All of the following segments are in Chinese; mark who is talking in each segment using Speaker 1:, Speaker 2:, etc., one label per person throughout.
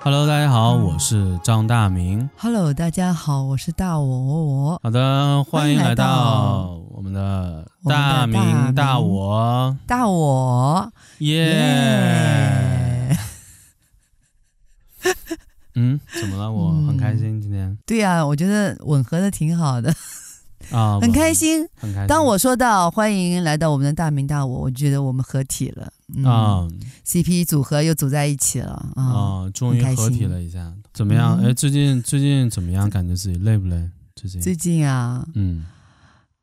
Speaker 1: Hello，大家
Speaker 2: 嗯
Speaker 1: 好，我是张大明。
Speaker 2: Hello，大家好，我是大我我我。
Speaker 1: 好的，欢迎来
Speaker 2: 到
Speaker 1: 到我们的
Speaker 2: 我们的
Speaker 1: 大
Speaker 2: 大
Speaker 1: 明
Speaker 2: 明
Speaker 1: 大我，
Speaker 2: 大我，
Speaker 1: 耶！
Speaker 2: 耶
Speaker 1: 嗯，怎么了？我
Speaker 2: 嗯
Speaker 1: 很开心今天
Speaker 2: 对呀、我觉得吻合的挺好的，
Speaker 1: 啊，
Speaker 2: 很
Speaker 1: 我
Speaker 2: 开，心。
Speaker 1: 很开心。啊
Speaker 2: 当我说到欢迎来到我们的大明大我，我觉得我们合体了，嗯、
Speaker 1: 啊
Speaker 2: c p 组合又组在一起了啊、
Speaker 1: 啊，终于
Speaker 2: 很开
Speaker 1: 合体
Speaker 2: 心
Speaker 1: 了一下，怎么样？
Speaker 2: 嗯
Speaker 1: 哎，最近最近怎么样？感觉自己累不累？最近
Speaker 2: 最近啊，
Speaker 1: 嗯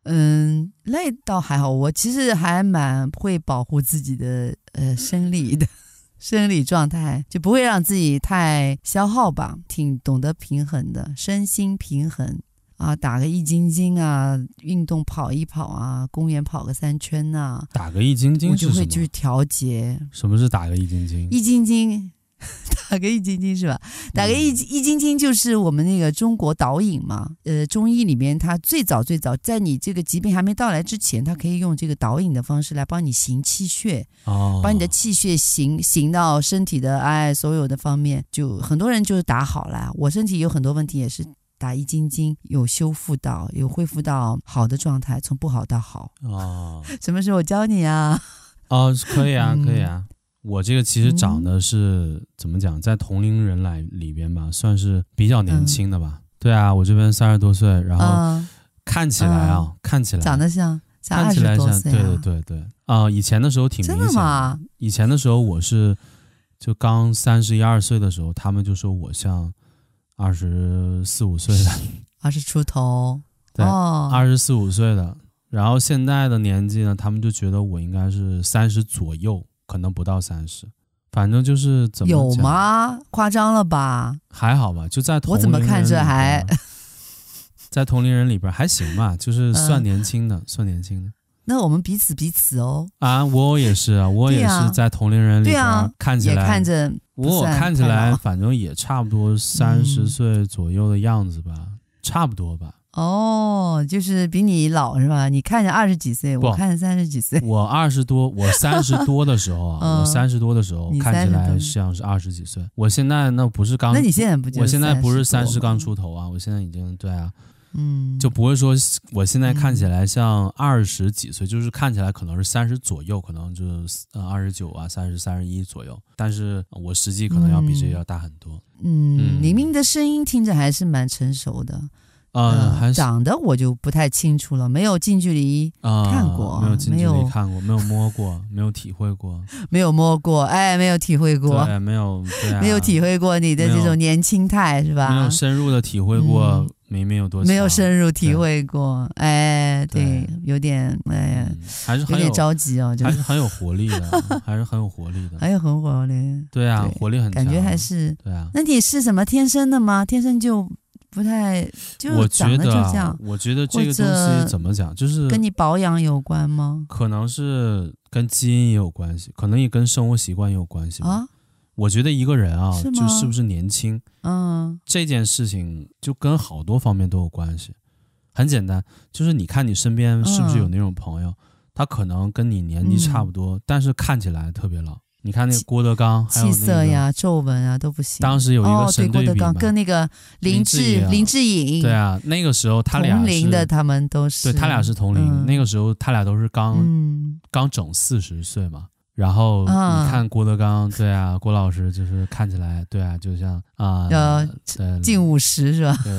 Speaker 2: 嗯，累倒还好，我其实还蛮会保护自己的呃生理的 生理状态，就不会让自己太消耗吧，挺懂得平衡的，身心平衡啊，打个一斤斤啊，运动跑一跑啊，公园跑个三圈呐、
Speaker 1: 打个一斤
Speaker 2: 我
Speaker 1: 斤
Speaker 2: 就是
Speaker 1: 什
Speaker 2: 会
Speaker 1: 么？
Speaker 2: 去调节
Speaker 1: 什么是打个一斤斤？
Speaker 2: 一斤斤。 打个一斤斤是吧？打个一
Speaker 1: 嗯
Speaker 2: 一斤斤就是我们那个中国导引嘛，呃，中医里面它最早最早在你这个疾病还没到来之前，它可以用这个导引的方式来帮你行气血，
Speaker 1: 哦，
Speaker 2: 把你的气血行行到身体的哎所有的方面，就很多人就是打好了。我身体有很多问题也是打一斤斤有修复到，有恢复到好的状态，从不好到好。
Speaker 1: 哦。
Speaker 2: 什么时候我教你啊？
Speaker 1: 哦，可以啊，
Speaker 2: 嗯
Speaker 1: 可以啊。我这个其实长得是、怎么讲，在同龄人来里边吧，算是比较年轻的吧。对啊，我这边三十多岁，然后
Speaker 2: 嗯、
Speaker 1: 看起来啊，看起来
Speaker 2: 长得像像
Speaker 1: 看
Speaker 2: 二
Speaker 1: 起
Speaker 2: 十
Speaker 1: 来
Speaker 2: 多
Speaker 1: 像，
Speaker 2: 岁、
Speaker 1: 对
Speaker 2: 啊，
Speaker 1: 对对对啊、以前的时候挺明
Speaker 2: 真
Speaker 1: 显
Speaker 2: 的吗？
Speaker 1: 以前的时候我是就刚三十一二岁的时候，他们就说我像二十四五岁的，
Speaker 2: 二十出头。
Speaker 1: 对
Speaker 2: 哦，
Speaker 1: 二十四五岁的。然后现在的年纪呢，他们就觉得我应该是三十左右，可能不到三十，反正就是怎么
Speaker 2: 有
Speaker 1: 讲？
Speaker 2: 吗？夸张了吧？
Speaker 1: 还好吧，就在同
Speaker 2: 我怎么
Speaker 1: 龄
Speaker 2: 看
Speaker 1: 人
Speaker 2: 着
Speaker 1: 里边
Speaker 2: 还
Speaker 1: 在同龄人里边还行吧，就是算
Speaker 2: 嗯
Speaker 1: 年轻的，算年轻的
Speaker 2: 那我们彼此彼此哦，
Speaker 1: 啊。我也是啊，我
Speaker 2: 对
Speaker 1: 也
Speaker 2: 呀
Speaker 1: 是在同龄人里
Speaker 2: 对
Speaker 1: 边、
Speaker 2: 啊
Speaker 1: 看起
Speaker 2: 也
Speaker 1: 来，
Speaker 2: 看着
Speaker 1: 我
Speaker 2: 不算
Speaker 1: 看起
Speaker 2: 太
Speaker 1: 来
Speaker 2: 老
Speaker 1: 反正也差不多三十
Speaker 2: 嗯
Speaker 1: 岁左右的样子吧，差不多吧。
Speaker 2: 哦，就是比你老是吧？你看着二十几岁，
Speaker 1: 不
Speaker 2: 我看着三十几岁，
Speaker 1: 我二十多，我三十多的时候啊，
Speaker 2: 嗯
Speaker 1: 我三十多的时候
Speaker 2: 你
Speaker 1: 看起
Speaker 2: 30
Speaker 1: 来
Speaker 2: 多
Speaker 1: 像是二十几岁。我现在那不是刚
Speaker 2: 那，你现在不就？
Speaker 1: 我现在不是三十
Speaker 2: 十
Speaker 1: 刚，出头啊，我现在已经对啊，
Speaker 2: 嗯，
Speaker 1: 就不会说我现在看起来像二十几岁，就是看起来可能是三十左右，可能就呃二十九啊、三十、三十一左右，但是我实际可能要比这
Speaker 2: 嗯
Speaker 1: 要大很多。嗯
Speaker 2: 嗯，李明的声音听着还是蛮成熟的，
Speaker 1: 嗯，还是
Speaker 2: 长得我就不太清楚了，没有近距离，
Speaker 1: 啊，
Speaker 2: 看过
Speaker 1: 没有近距
Speaker 2: 没
Speaker 1: 离
Speaker 2: 有
Speaker 1: 看过，没有摸过，没有体会过，
Speaker 2: 没有摸过，哎，没有体会过，
Speaker 1: 对，没有对啊，
Speaker 2: 没有体会过你的
Speaker 1: 没有
Speaker 2: 这种年轻态是吧？
Speaker 1: 没有深入的体会过
Speaker 2: 嗯
Speaker 1: 明明有多
Speaker 2: 没有
Speaker 1: 强
Speaker 2: 深入体
Speaker 1: 对
Speaker 2: 会过，哎，
Speaker 1: 对
Speaker 2: 对，有点，哎，
Speaker 1: 嗯还是
Speaker 2: 有
Speaker 1: 很有
Speaker 2: 点着急哦，就
Speaker 1: 还是很有活力的， 还是很有活力的。
Speaker 2: 还有很火嘞，
Speaker 1: 对啊，
Speaker 2: 对
Speaker 1: 活力很强，
Speaker 2: 感觉还是。
Speaker 1: 对啊。
Speaker 2: 那你是什么天生的吗？天生就不太，就
Speaker 1: 我
Speaker 2: 是长
Speaker 1: 觉
Speaker 2: 得就
Speaker 1: 得
Speaker 2: 这
Speaker 1: 啊
Speaker 2: 样，，
Speaker 1: 我觉得这个
Speaker 2: 或
Speaker 1: 东
Speaker 2: 者
Speaker 1: 西怎么讲，就是
Speaker 2: 跟你保养有关吗？
Speaker 1: 可能是跟基因也有关系，可能也跟生活习惯也有关系吧。
Speaker 2: 啊，
Speaker 1: 我觉得一个人啊，
Speaker 2: 是
Speaker 1: 就
Speaker 2: 吗
Speaker 1: 是不是年轻
Speaker 2: 嗯
Speaker 1: 这件事情，就跟好多方面都有关系。很简单，就是你看你身边是不是有
Speaker 2: 嗯
Speaker 1: 那种朋友，他可能跟你年纪差不多，但是看起来特别老。你看那个
Speaker 2: 气
Speaker 1: 郭德纲，还有
Speaker 2: 气
Speaker 1: 那
Speaker 2: 色
Speaker 1: 个
Speaker 2: 呀、皱纹啊都不行。
Speaker 1: 当时有一个
Speaker 2: 哦，对，
Speaker 1: 神
Speaker 2: 郭德
Speaker 1: 比嘛
Speaker 2: 纲，跟那个
Speaker 1: 林
Speaker 2: 林
Speaker 1: 志颖
Speaker 2: 志
Speaker 1: 啊
Speaker 2: 林志颖，
Speaker 1: 对，啊，那个时候他俩
Speaker 2: 同龄的
Speaker 1: 是，
Speaker 2: 他们都是，
Speaker 1: 对他俩是同龄，
Speaker 2: 嗯
Speaker 1: 那个时候他俩都是刚、
Speaker 2: 嗯，
Speaker 1: 刚整四十岁嘛。然后
Speaker 2: 啊
Speaker 1: 你看郭德纲，对啊，郭老师就是看起来，对啊，就像啊，
Speaker 2: 呃
Speaker 1: 对
Speaker 2: 近五十是吧？
Speaker 1: 对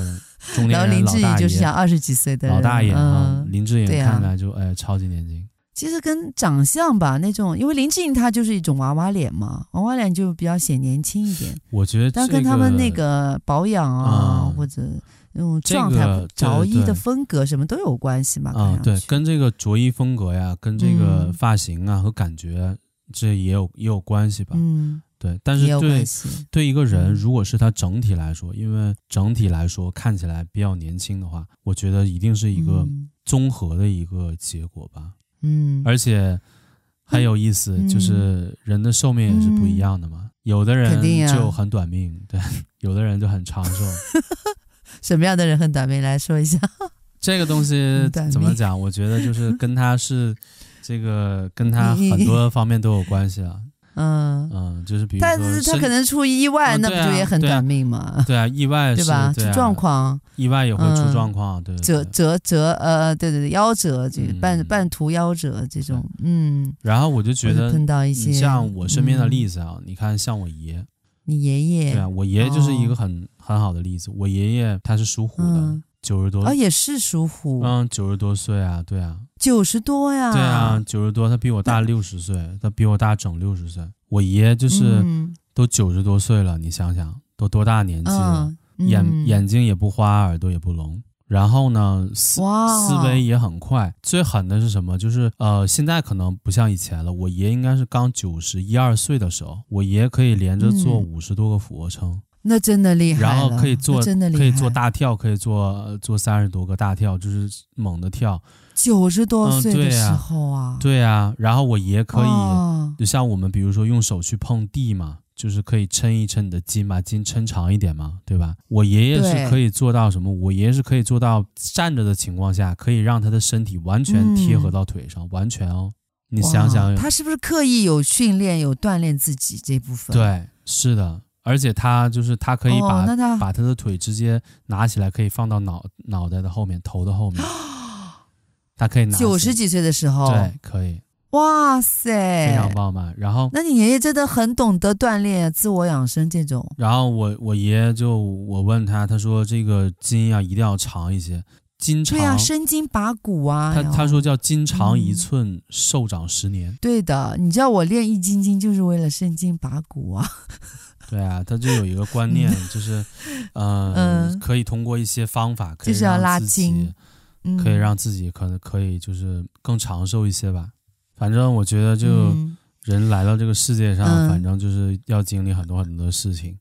Speaker 1: 中
Speaker 2: 然
Speaker 1: 年
Speaker 2: 后
Speaker 1: 人
Speaker 2: 林
Speaker 1: 老
Speaker 2: 志颖
Speaker 1: 大
Speaker 2: 就是
Speaker 1: 爷啊
Speaker 2: 像，二十几岁的人，
Speaker 1: 老大爷啊，
Speaker 2: 嗯，
Speaker 1: 林志颖
Speaker 2: 对啊
Speaker 1: 看起来就哎超级年轻，
Speaker 2: 其实跟长相吧，那种因为林志颖他就是一种娃娃脸嘛，娃娃脸就比较显年轻一点，
Speaker 1: 我觉得
Speaker 2: 但
Speaker 1: 这
Speaker 2: 跟他们那个保养啊，
Speaker 1: 啊
Speaker 2: 或者那种
Speaker 1: 这个
Speaker 2: 状态、着
Speaker 1: 对
Speaker 2: 衣
Speaker 1: 对
Speaker 2: 的风格什么都有关系嘛。
Speaker 1: 啊
Speaker 2: 看，上
Speaker 1: 对，
Speaker 2: 去
Speaker 1: 跟这个着衣风格呀，跟这个
Speaker 2: 嗯
Speaker 1: 发型啊和感觉，这也有也有关系吧？
Speaker 2: 嗯，
Speaker 1: 对，但是
Speaker 2: 也有
Speaker 1: 对
Speaker 2: 关系。
Speaker 1: 对一个人，
Speaker 2: 嗯
Speaker 1: 如果是他整体来说，因为整体来说看起来比较年轻的话，我觉得一定是一个
Speaker 2: 嗯
Speaker 1: 综合的一个结果吧。
Speaker 2: 嗯，
Speaker 1: 而且很有意思，
Speaker 2: 嗯
Speaker 1: 就是人的寿命也是不一样的嘛。有的人
Speaker 2: 肯定呀
Speaker 1: 就很短命，对；有的人就很长寿。
Speaker 2: 什么样的人很短命？来说一下，
Speaker 1: 这个东西
Speaker 2: 很短命
Speaker 1: 怎么讲？我觉得就是跟 他是这个跟他
Speaker 2: 你
Speaker 1: 很多方面都有关系啊。
Speaker 2: 嗯，
Speaker 1: 嗯，就是比如
Speaker 2: 但
Speaker 1: 说
Speaker 2: 是他
Speaker 1: 身，
Speaker 2: 可能出意外，
Speaker 1: 嗯
Speaker 2: 那不
Speaker 1: 对啊
Speaker 2: 就也很
Speaker 1: 对啊
Speaker 2: 短命吗？
Speaker 1: 对啊，意外
Speaker 2: 对
Speaker 1: 是
Speaker 2: 吧？
Speaker 1: 啊
Speaker 2: 出状况，
Speaker 1: 意外也会出
Speaker 2: 嗯
Speaker 1: 状况，对对
Speaker 2: 折
Speaker 1: 对。
Speaker 2: 折折，呃，对对对，夭折，这
Speaker 1: 嗯
Speaker 2: 半半途夭折这种，嗯，
Speaker 1: 然后我就觉
Speaker 2: 我就
Speaker 1: 得，
Speaker 2: 碰到一些嗯
Speaker 1: 你像我身边的例
Speaker 2: 子，
Speaker 1: 子啊，你看像我爷，
Speaker 2: 你爷爷，
Speaker 1: 对啊，我爷爷就是一
Speaker 2: 哦
Speaker 1: 个很、很好的例子。我爷爷他是属虎的
Speaker 2: 嗯，，
Speaker 1: 九十、多
Speaker 2: 哦，也是属虎，
Speaker 1: 嗯，九十多岁啊，对啊，
Speaker 2: 九十多呀，
Speaker 1: 对啊，，九十多，他比我大六十岁，他比我大整六十岁。我爷就是
Speaker 2: 嗯
Speaker 1: 都九十多岁了，你想想，都多大年纪了，
Speaker 2: 嗯，
Speaker 1: 眼
Speaker 2: 嗯
Speaker 1: 眼睛也不花，耳朵也不聋，然后呢，思
Speaker 2: 哇，
Speaker 1: 思维也很快。最狠的是什么？就是呃，现在可能不像以前了。我爷应该是刚九十一二岁的时候，我爷可以连着做
Speaker 2: 嗯
Speaker 1: 五十多个俯卧撑，
Speaker 2: 那真的厉害了，
Speaker 1: 然后可以
Speaker 2: 那
Speaker 1: 做
Speaker 2: 真的厉害，
Speaker 1: 可以做大跳，可以做呃做三十多个大跳，就是猛的跳。
Speaker 2: 九十多
Speaker 1: 嗯
Speaker 2: 岁的
Speaker 1: 对
Speaker 2: 时
Speaker 1: 啊
Speaker 2: 候啊，
Speaker 1: 对啊，然后我爷可以。
Speaker 2: 哦
Speaker 1: 就像我们比如说用手去碰地嘛，就是可以抻一抻你的筋，把筋抻长一点嘛，对吧？我爷爷
Speaker 2: 对
Speaker 1: 是可以做到什么？我爷爷是可以做到站着的情况下，可以让他的身体完全贴合到腿上，完全哦。你想想
Speaker 2: 嗯哇，他是不是刻意有训练、有锻炼自己这部分？，
Speaker 1: 对，是的，而且他就是他可以
Speaker 2: 哦
Speaker 1: 把、、
Speaker 2: 那他
Speaker 1: 把他的腿直接拿起来，可以放到脑脑袋的后面，头的后面，他可以拿起
Speaker 2: 啊九十几哎岁的时候，
Speaker 1: 对，可以
Speaker 2: 哇塞，
Speaker 1: 非常棒吧？然后
Speaker 2: 那你爷爷真的很懂得锻炼、自我养生这种，
Speaker 1: 然后我我爷爷就我问他，他说这个筋啊一定要长一些，筋长，
Speaker 2: 对啊呀、深筋拔骨啊。
Speaker 1: 他
Speaker 2: 哎呦
Speaker 1: 他说叫筋长一
Speaker 2: 嗯
Speaker 1: 寸，寿长十年。
Speaker 2: 对的，你知道我练易筋经就是为了深筋拔骨 啊。
Speaker 1: 对啊，他就有一个观 念，就是，呃、
Speaker 2: 嗯
Speaker 1: 可以通过一些方法，可以
Speaker 2: 就是要
Speaker 1: 让
Speaker 2: 拉
Speaker 1: 自
Speaker 2: 筋
Speaker 1: 己，
Speaker 2: 嗯，
Speaker 1: 可以让自己可能可以就是更长寿一些吧。反正我觉得就。
Speaker 2: 嗯
Speaker 1: 人来到这个世界上，
Speaker 2: 嗯
Speaker 1: 反正就是要经历很多很多的事情，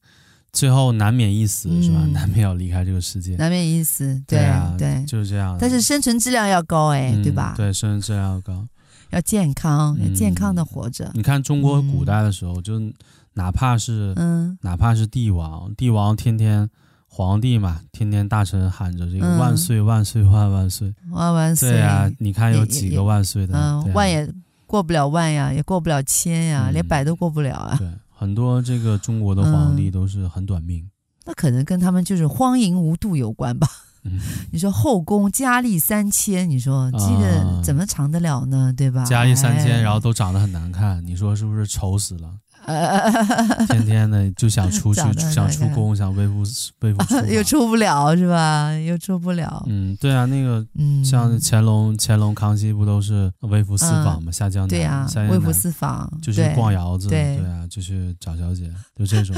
Speaker 1: 最后难免一死，是吧？
Speaker 2: 嗯
Speaker 1: 难免要离开这个世界。
Speaker 2: 难免意思，
Speaker 1: 对啊，
Speaker 2: 对。
Speaker 1: 就是这样的。
Speaker 2: 但是生存质量要高哎，
Speaker 1: 嗯
Speaker 2: 对吧？
Speaker 1: 对，生质量要高。
Speaker 2: 要健康，
Speaker 1: 嗯
Speaker 2: 要健康的活着。
Speaker 1: 你看中国古代的时候，就哪怕是、
Speaker 2: 嗯，
Speaker 1: 哪怕是帝王，帝王天天皇帝嘛，天天大声喊着这个
Speaker 2: 嗯
Speaker 1: 万岁万岁万万岁。
Speaker 2: 万嗯万岁！
Speaker 1: 对呀、你看有
Speaker 2: 也
Speaker 1: 几
Speaker 2: 也
Speaker 1: 个万岁的？
Speaker 2: 嗯，
Speaker 1: 对啊
Speaker 2: 万也过不了万呀，也过不了千呀，
Speaker 1: 嗯
Speaker 2: 连百都过不了啊。
Speaker 1: 对，很多这个中国的皇帝
Speaker 2: 嗯
Speaker 1: 都是很短命。
Speaker 2: 那可能跟他们就是荒淫无度有关吧。
Speaker 1: 嗯，
Speaker 2: 你说后宫佳丽三千，你说这个
Speaker 1: 啊
Speaker 2: 怎么藏得了呢？对吧？
Speaker 1: 佳丽三千，
Speaker 2: 哎
Speaker 1: 然后都长得很难看，你说是不是丑死了？
Speaker 2: 呃
Speaker 1: 天天的就想出去
Speaker 2: 长，得很
Speaker 1: 想
Speaker 2: 难
Speaker 1: 出
Speaker 2: 看
Speaker 1: 宫，想微服微 服出
Speaker 2: 又
Speaker 1: 马。
Speaker 2: 出不了是吧？又出不了。
Speaker 1: 嗯，对啊，那个
Speaker 2: 嗯，嗯
Speaker 1: 像乾隆、乾隆、康熙不都是微服私访嘛，下江南，
Speaker 2: 对呀
Speaker 1: 下江，南
Speaker 2: 微服私访，
Speaker 1: 就去
Speaker 2: 对
Speaker 1: 逛窑子，
Speaker 2: 对
Speaker 1: 对啊，就去找小姐，就这 种，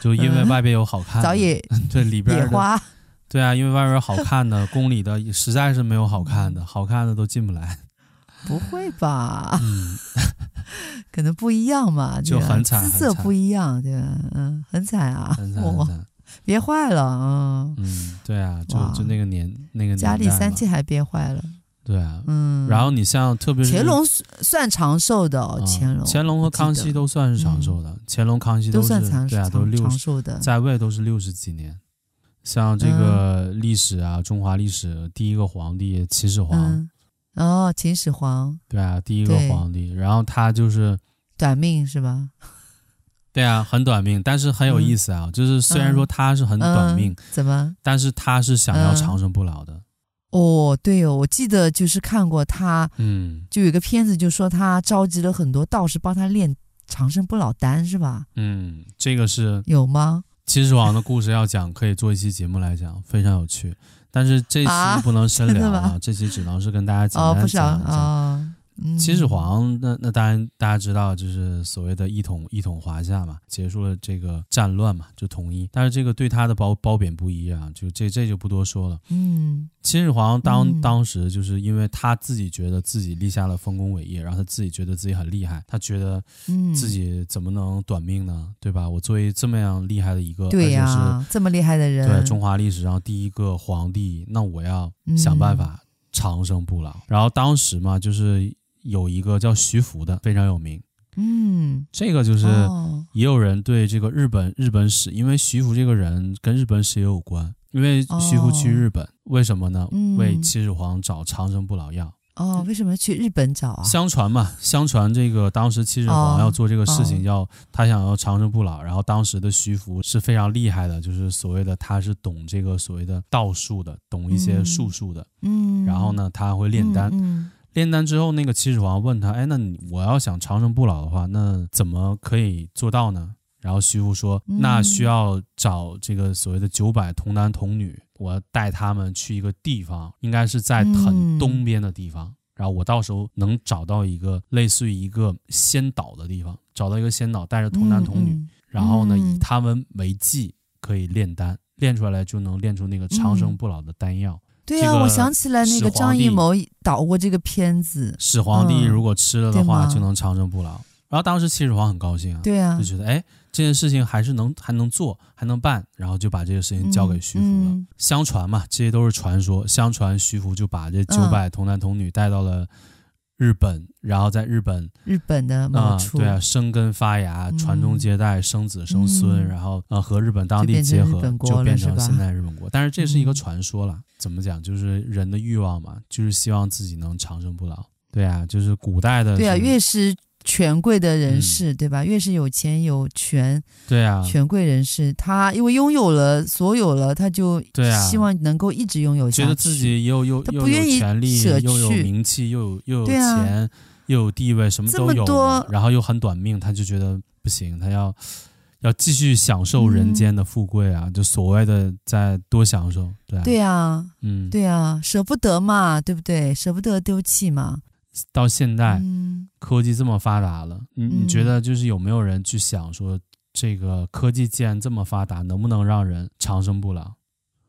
Speaker 1: 就因为外边有好看的，
Speaker 2: 找野
Speaker 1: 对里边
Speaker 2: 嗯野
Speaker 1: 儿的，
Speaker 2: 花。
Speaker 1: 对啊，因为外边有 好看的，宫里的实在是没有好看
Speaker 2: 嗯
Speaker 1: 的，好看的都进不来，
Speaker 2: 不会吧？
Speaker 1: 嗯，
Speaker 2: 可能不一样嘛，
Speaker 1: 就
Speaker 2: 对吧
Speaker 1: 很惨
Speaker 2: 姿
Speaker 1: 很
Speaker 2: 色
Speaker 1: 惨
Speaker 2: 不一样，对吧？嗯，很惨啊，
Speaker 1: 很惨
Speaker 2: 哇
Speaker 1: 很惨，
Speaker 2: 别坏了，嗯，
Speaker 1: 嗯，对啊，就
Speaker 2: 哇
Speaker 1: 就那个年那个年
Speaker 2: 家里
Speaker 1: 代
Speaker 2: 三
Speaker 1: 嘛
Speaker 2: 千还别坏了，
Speaker 1: 对啊，
Speaker 2: 嗯。
Speaker 1: 然后你像特别是
Speaker 2: 乾。隆算算长寿的哦
Speaker 1: 啊，
Speaker 2: 乾隆
Speaker 1: 乾隆和
Speaker 2: 我记
Speaker 1: 康
Speaker 2: 得
Speaker 1: 熙都算是长
Speaker 2: 嗯
Speaker 1: 寿的，乾隆、康熙
Speaker 2: 都
Speaker 1: 是
Speaker 2: 算长
Speaker 1: 对啊，都
Speaker 2: 长
Speaker 1: 六
Speaker 2: 长
Speaker 1: 十
Speaker 2: 寿的，
Speaker 1: 在位都是六十几年。像这个
Speaker 2: 嗯
Speaker 1: 历史啊，中华历史第一个皇帝秦始皇，
Speaker 2: 嗯，哦，秦始皇
Speaker 1: 对啊，第一个
Speaker 2: 对
Speaker 1: 皇帝，然后他就是
Speaker 2: 短命是吧？
Speaker 1: 对啊，很短命，但是很有意思啊。就是虽然说他是很短命，
Speaker 2: 嗯，怎么？
Speaker 1: 但是他是想要
Speaker 2: 嗯
Speaker 1: 长生不老的。
Speaker 2: 哦，对哦，我记得就是看过他，
Speaker 1: 嗯
Speaker 2: 就有一个片子，就说他召集了很多道士帮他练长生不老丹，是吧？
Speaker 1: 嗯，这个是
Speaker 2: 有吗？
Speaker 1: 秦始皇的故事要讲，可以做一期节目来讲，非常有趣。但是这
Speaker 2: 啊
Speaker 1: 期不能深
Speaker 2: 真的
Speaker 1: 聊
Speaker 2: 吗
Speaker 1: 啊，这期只能是跟大家简
Speaker 2: 哦，不
Speaker 1: 单
Speaker 2: 是啊
Speaker 1: 讲一下。
Speaker 2: 哦，嗯
Speaker 1: 秦始皇，那那当然大家知道，就是所谓的一统一统华夏嘛，结束了这个战乱嘛，就统一。但是这个对他的褒褒贬不一啊，就这这就不多说了。
Speaker 2: 嗯，
Speaker 1: 秦始皇当、
Speaker 2: 嗯
Speaker 1: 当时就是因为他自己觉得自己立下了丰功伟业，然后他自己觉得自己很厉害，他觉得
Speaker 2: 嗯
Speaker 1: 自己怎么能短命呢？对吧？我作为这么样厉害的一个，
Speaker 2: 对呀、
Speaker 1: 而
Speaker 2: 这么厉害的
Speaker 1: 且
Speaker 2: 人，
Speaker 1: 是对中华历史上第一个皇帝，那我要想办法
Speaker 2: 嗯
Speaker 1: 长生不老。然后当时嘛，就是有一个叫徐福的，非常有名。
Speaker 2: 嗯，
Speaker 1: 这个就是
Speaker 2: 哦
Speaker 1: 也有人对这个日本日本史，因为徐福这个人跟日本史也有关，因为徐福去日本，为什么呢？
Speaker 2: 哦嗯
Speaker 1: 为秦始皇找长生不老药。
Speaker 2: 哦，为什么去日本找啊？
Speaker 1: 相传嘛，相传这个当时秦始皇
Speaker 2: 哦
Speaker 1: 要做这个事情，
Speaker 2: 哦
Speaker 1: 要他想要长生不老，然后当时的徐福是非常厉害的，就是所谓的他是懂这个所谓的道术的，懂一些
Speaker 2: 嗯
Speaker 1: 术数的，
Speaker 2: 嗯，
Speaker 1: 然后呢他会炼丹，
Speaker 2: 嗯
Speaker 1: 炼丹之后，那个秦始皇问他，哎，那你我要想长生不老的话，那怎么可以做到呢？然后徐福说，
Speaker 2: 嗯
Speaker 1: 那需要找这个所谓的九百童男童女，我要带他们去一个地方，应该是在很
Speaker 2: 嗯
Speaker 1: 东边的地方。然后我到时候能找到一个类似于一个仙岛的地方，找到一个仙岛，带着童男童女，
Speaker 2: 嗯
Speaker 1: 然后呢以
Speaker 2: 嗯
Speaker 1: 他们为祭，可以炼丹，炼出来就能炼出那个长生不老的丹药。
Speaker 2: 对
Speaker 1: 这
Speaker 2: 啊，
Speaker 1: 个
Speaker 2: 我想起来那
Speaker 1: 始
Speaker 2: 个
Speaker 1: 皇
Speaker 2: 张艺
Speaker 1: 帝
Speaker 2: 谋导过这个片子，
Speaker 1: 始皇帝如果吃了的话，
Speaker 2: 嗯对吗
Speaker 1: 就能长生不老。然后当时秦始皇很高兴啊，
Speaker 2: 对啊
Speaker 1: 就，觉得哎这件事情还是能还能做还能办，然后就把这个事情交给徐福了。
Speaker 2: 嗯嗯
Speaker 1: 相传嘛，这些都是传说。相传徐福就把这
Speaker 2: 嗯
Speaker 1: 九百童男童女带到了日本，然后在日本
Speaker 2: 日本的
Speaker 1: 啊、
Speaker 2: 某嗯处，
Speaker 1: 对啊，生根发芽，
Speaker 2: 嗯
Speaker 1: 传宗接代，生子生孙，
Speaker 2: 嗯
Speaker 1: 然后呃和日本当
Speaker 2: 就
Speaker 1: 地
Speaker 2: 变成
Speaker 1: 结合
Speaker 2: 日本，国
Speaker 1: 就变
Speaker 2: 了是
Speaker 1: 成
Speaker 2: 吧
Speaker 1: 现在日本国。但是这是一个
Speaker 2: 嗯
Speaker 1: 传说了，怎么讲？就是人的欲望嘛，就是希望自己能长生不老。对啊，就是古代的
Speaker 2: 对啊，
Speaker 1: 什么
Speaker 2: 越是权贵的人
Speaker 1: 嗯
Speaker 2: 士，对吧？越是有钱有权，
Speaker 1: 对啊，
Speaker 2: 权贵人士，他因为拥有了所有了，他就
Speaker 1: 对啊
Speaker 2: 希望能够一直拥有下去。
Speaker 1: 觉得自己又又
Speaker 2: 他
Speaker 1: 又
Speaker 2: 不愿
Speaker 1: 有
Speaker 2: 意
Speaker 1: 权利，
Speaker 2: 舍
Speaker 1: 又有
Speaker 2: 去
Speaker 1: 名气，又有又有
Speaker 2: 对啊
Speaker 1: 钱，又有地位，什么
Speaker 2: 这
Speaker 1: 都
Speaker 2: 么
Speaker 1: 有
Speaker 2: 多
Speaker 1: 了，然后又很短命，他就觉得不行，他要要继续享受
Speaker 2: 嗯
Speaker 1: 人间的富贵啊，就所谓的再多享受，对、啊，
Speaker 2: 对啊，
Speaker 1: 嗯，
Speaker 2: 对啊，舍不得嘛，对不对？舍不得丢弃嘛。
Speaker 1: 到现在、
Speaker 2: 嗯，
Speaker 1: 科技这么发达了，你你
Speaker 2: 嗯
Speaker 1: 觉得就是有没有人去想说，这个科技既然这么发达，能不能让人长生不老？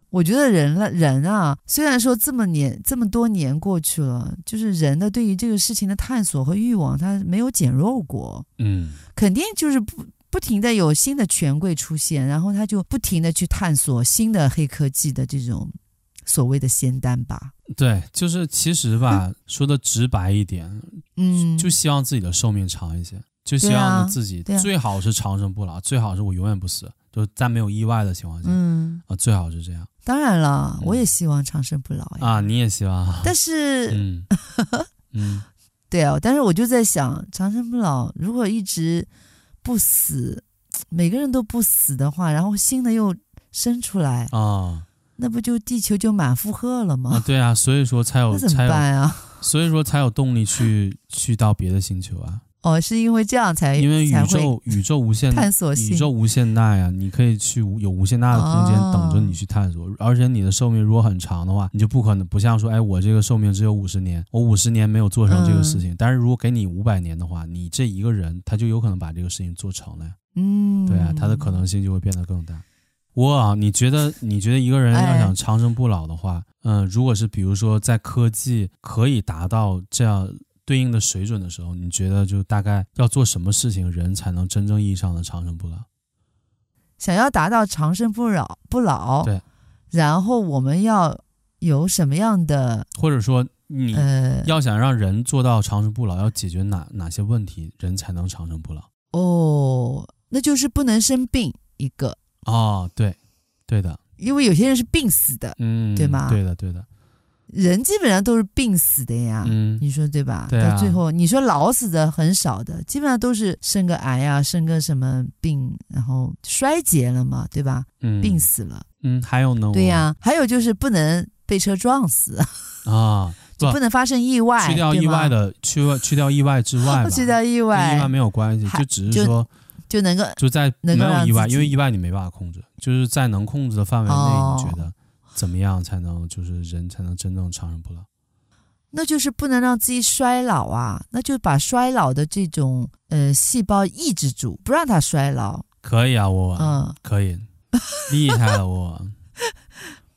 Speaker 2: 我觉得人了人啊，虽然说这么年这么多年过去了，就是人的对于这个事情的探索和欲望，他没有减弱过。
Speaker 1: 嗯，
Speaker 2: 肯定就是不不停的有新的权贵出现，然后他就不停的去探索新的黑科技的这种所谓的仙丹吧。
Speaker 1: 对，就是其实吧，说的直白一点，
Speaker 2: 嗯，
Speaker 1: 就希望自己的寿命长一些，就希
Speaker 2: 对啊
Speaker 1: 望自己
Speaker 2: 对啊
Speaker 1: 最好是长生不老，最好是我永远不死，就是在没有意外的情况下、
Speaker 2: 嗯，
Speaker 1: 啊，最好是这样
Speaker 2: 当然了，
Speaker 1: 嗯
Speaker 2: 我也希望长生不老哎呀。
Speaker 1: 啊，你也希望啊，
Speaker 2: 但是，
Speaker 1: 嗯嗯，
Speaker 2: 对啊，但是我就在想，长生不老如果一直不死，每个人都不死的话，然后新的又生出来，
Speaker 1: 啊
Speaker 2: 那不就地球就满负荷了
Speaker 1: 啊
Speaker 2: 吗？，
Speaker 1: 对啊，所以说才有
Speaker 2: 哦那怎么
Speaker 1: 才有，
Speaker 2: 办啊？
Speaker 1: 所以说才有动力去去到别的星球啊，
Speaker 2: 哦，是因为这样才
Speaker 1: 因为宇
Speaker 2: 才会
Speaker 1: 宙宇宙无限
Speaker 2: 探索
Speaker 1: 宇
Speaker 2: 新
Speaker 1: 宙无限大呀，你可以去无有无限大的空间
Speaker 2: 哦
Speaker 1: 等着你去探索，而且你的寿命如果很长的话，你就不可能不像说，哎，我这个寿命只有五十年，我五十年没有做成
Speaker 2: 嗯
Speaker 1: 这个事情，但是如果给你五百年的话，你这一个人他就有可能把这个事情做成了呀，
Speaker 2: 嗯，
Speaker 1: 对啊，他的可能性就会变得更大。哇，你觉得你觉得一个人要
Speaker 2: 哎
Speaker 1: 想长生不老的话，嗯、如果是比如说在科技可以达到这样对应的水准的时候，你觉得就大概要做什么事情，人才能真正意义上的长生不老？
Speaker 2: 想要达到长生不老不老，
Speaker 1: 对，
Speaker 2: 然后我们要有什么样的
Speaker 1: 或者说你
Speaker 2: 呃
Speaker 1: 要想让人做到长生不老，要解决哪哪些问题，人才能长生不老？
Speaker 2: 哦，那就是不能生病一个，
Speaker 1: 哦，对，对的，
Speaker 2: 因为有些人是病死的，
Speaker 1: 嗯，
Speaker 2: 对吗
Speaker 1: 对的，对的，
Speaker 2: 人基本上都是病死的呀。
Speaker 1: 嗯，
Speaker 2: 你说对吧？
Speaker 1: 对啊
Speaker 2: 到最后你说老死的很少的，基本上都是生个癌啊，生个什么病，然后衰竭了嘛，对吧？
Speaker 1: 嗯
Speaker 2: 病，死了，
Speaker 1: 嗯，还有呢？
Speaker 2: 对呀、还有就是不能被车撞死，
Speaker 1: 我啊，
Speaker 2: 就不能发生意外，
Speaker 1: 去掉
Speaker 2: 对
Speaker 1: 意
Speaker 2: 吗
Speaker 1: 外的，去外去掉意外之外吧，
Speaker 2: 去掉意
Speaker 1: 跟
Speaker 2: 外
Speaker 1: 意外没有关系，
Speaker 2: 还
Speaker 1: 就只是
Speaker 2: 就
Speaker 1: 说
Speaker 2: 就能够
Speaker 1: 就在没
Speaker 2: 能够
Speaker 1: 有
Speaker 2: 让
Speaker 1: 意外，
Speaker 2: 自己
Speaker 1: 因为意外你没办法控制，就是在能控制的范围内，
Speaker 2: 哦
Speaker 1: 你觉得怎么样才能就是人才能真正长生不老？
Speaker 2: 那就是不能让自己衰老啊，那就把衰老的这种呃细胞抑制住，不让它衰老。
Speaker 1: 可以啊，我、
Speaker 2: 嗯，
Speaker 1: 可以，厉害了我。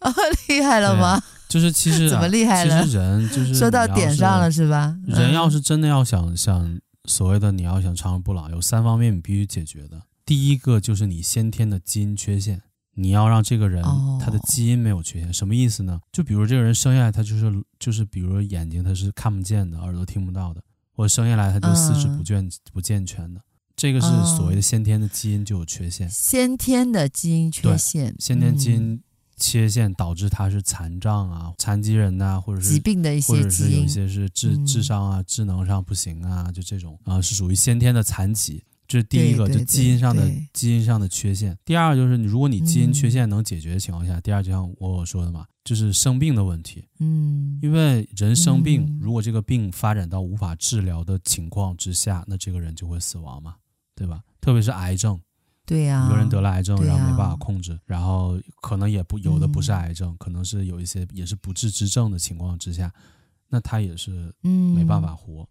Speaker 2: 哦，厉害了吗？
Speaker 1: 就是其实、啊、
Speaker 2: 怎么厉害了
Speaker 1: 其实人就是
Speaker 2: 说到点上了。是吧？
Speaker 1: 人要
Speaker 2: 嗯
Speaker 1: 是真的要想想所谓的你要想长生不老，有三方面你必须解决的。第一个就是你先天的基因缺陷，你要让这个人、
Speaker 2: 哦
Speaker 1: 他的基因没有缺陷，什么意思呢？就比如这个人生下来他就是就是，比如眼睛他是看不见的，耳朵听不到的，或者生下来他就四肢
Speaker 2: 嗯
Speaker 1: 不健、不健全的，这个是
Speaker 2: 哦嗯
Speaker 1: 所谓的先天的基因就有缺陷。
Speaker 2: 先天的基因缺陷，
Speaker 1: 先天基
Speaker 2: 嗯
Speaker 1: 因切线导致他是残障啊、残疾人呐、或者是
Speaker 2: 疾病的一
Speaker 1: 或
Speaker 2: 些
Speaker 1: 者是
Speaker 2: 基
Speaker 1: 有一
Speaker 2: 因，
Speaker 1: 些是智
Speaker 2: 嗯
Speaker 1: 智商啊、智能上不行啊，就这种啊，是属于先天的残疾。这是第一个，
Speaker 2: 对
Speaker 1: 就
Speaker 2: 对
Speaker 1: 基因上的
Speaker 2: 对对
Speaker 1: 基因上的缺陷。第二就是你，如果你基因
Speaker 2: 嗯
Speaker 1: 缺陷能解决的情况下，第二就像我我说的嘛，就是生病的问题。
Speaker 2: 嗯，
Speaker 1: 因为人生病，
Speaker 2: 嗯
Speaker 1: 如果这个病发展到无法治疗的情况之下，那这个人就会死亡嘛，对吧？特别是癌症，
Speaker 2: 对呀、
Speaker 1: 有人得了癌症，
Speaker 2: 啊对
Speaker 1: 然后没
Speaker 2: 啊
Speaker 1: 办法控制，然后可能也不有的不是
Speaker 2: 嗯
Speaker 1: 癌症，可能是有一些也是不治之症的情况之下，那他也是
Speaker 2: 嗯，
Speaker 1: 没办法，活。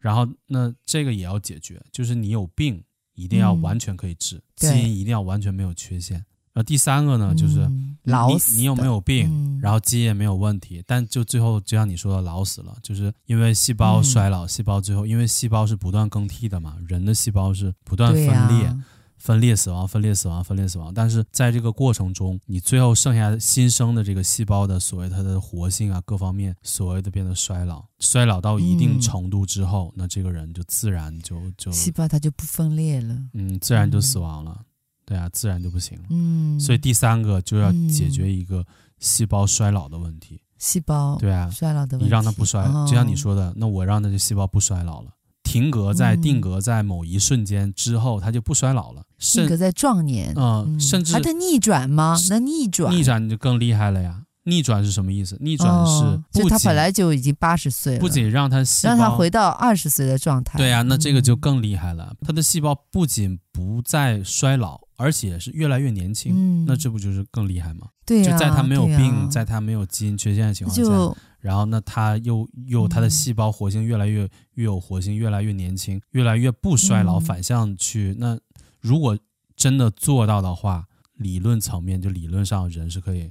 Speaker 1: 然后那这个也要解决，就是你有病一定要
Speaker 2: 嗯
Speaker 1: 完全可以治，
Speaker 2: 对
Speaker 1: 基因一定要完全没有缺陷。然后第三个呢，就是
Speaker 2: 嗯、老
Speaker 1: 你
Speaker 2: 死
Speaker 1: 你有没有病，
Speaker 2: 嗯
Speaker 1: 然后基因也没有问题，但就最后就像你说的，老死了，就是因为细
Speaker 2: 嗯
Speaker 1: 胞衰老，细胞最后因为细胞是不断更替的嘛，人的细胞是不断分
Speaker 2: 对啊呀、
Speaker 1: 裂、分裂死亡、分裂死亡、分裂死亡，但是在这个过程中，你最后剩下新生的这个细胞的所谓它的活性啊各方面，所谓的变得衰老，衰老到一定
Speaker 2: 嗯
Speaker 1: 程度之后，那这个人就自然就就
Speaker 2: 细胞它就不分裂了，
Speaker 1: 嗯自然就死亡了，对啊，自然就不行了。
Speaker 2: 嗯，
Speaker 1: 所以第三个就要解
Speaker 2: 嗯
Speaker 1: 决一个细胞衰老的问题。
Speaker 2: 细胞
Speaker 1: 对啊，
Speaker 2: 衰老的问题，
Speaker 1: 你让它不衰，
Speaker 2: 嗯哦
Speaker 1: 就像你，说的，那我让它的细胞不衰老了，停格在、
Speaker 2: 嗯
Speaker 1: 定格在某一瞬间之后，它就不衰老了，
Speaker 2: 性格
Speaker 1: 甚
Speaker 2: 在壮年，
Speaker 1: 呃、
Speaker 2: 嗯
Speaker 1: 甚至
Speaker 2: 还得逆转吗？能逆转？
Speaker 1: 逆转就更厉害了呀。逆转是什么意思？逆转是
Speaker 2: 哦
Speaker 1: 不
Speaker 2: 就
Speaker 1: 仅、
Speaker 2: 他本来就已经八十岁了，
Speaker 1: 不仅让它细胞
Speaker 2: 让他回到二十岁的状态，
Speaker 1: 对呀、啊那这个就
Speaker 2: 嗯
Speaker 1: 更厉害了，它的细胞不仅不再衰老，而且是越来越年轻。
Speaker 2: 嗯，
Speaker 1: 那这不就是更厉害吗？
Speaker 2: 对呀、
Speaker 1: 就在它没有
Speaker 2: 对呀啊
Speaker 1: 病，在它没有基因缺陷的情况下，
Speaker 2: 就
Speaker 1: 然后呢，它又又它的
Speaker 2: 嗯
Speaker 1: 细胞活性越来越越有活性，越来越年轻，越来越不衰老，
Speaker 2: 嗯
Speaker 1: 反向去。那如果真的做到的话，理论层面就理论上人是可以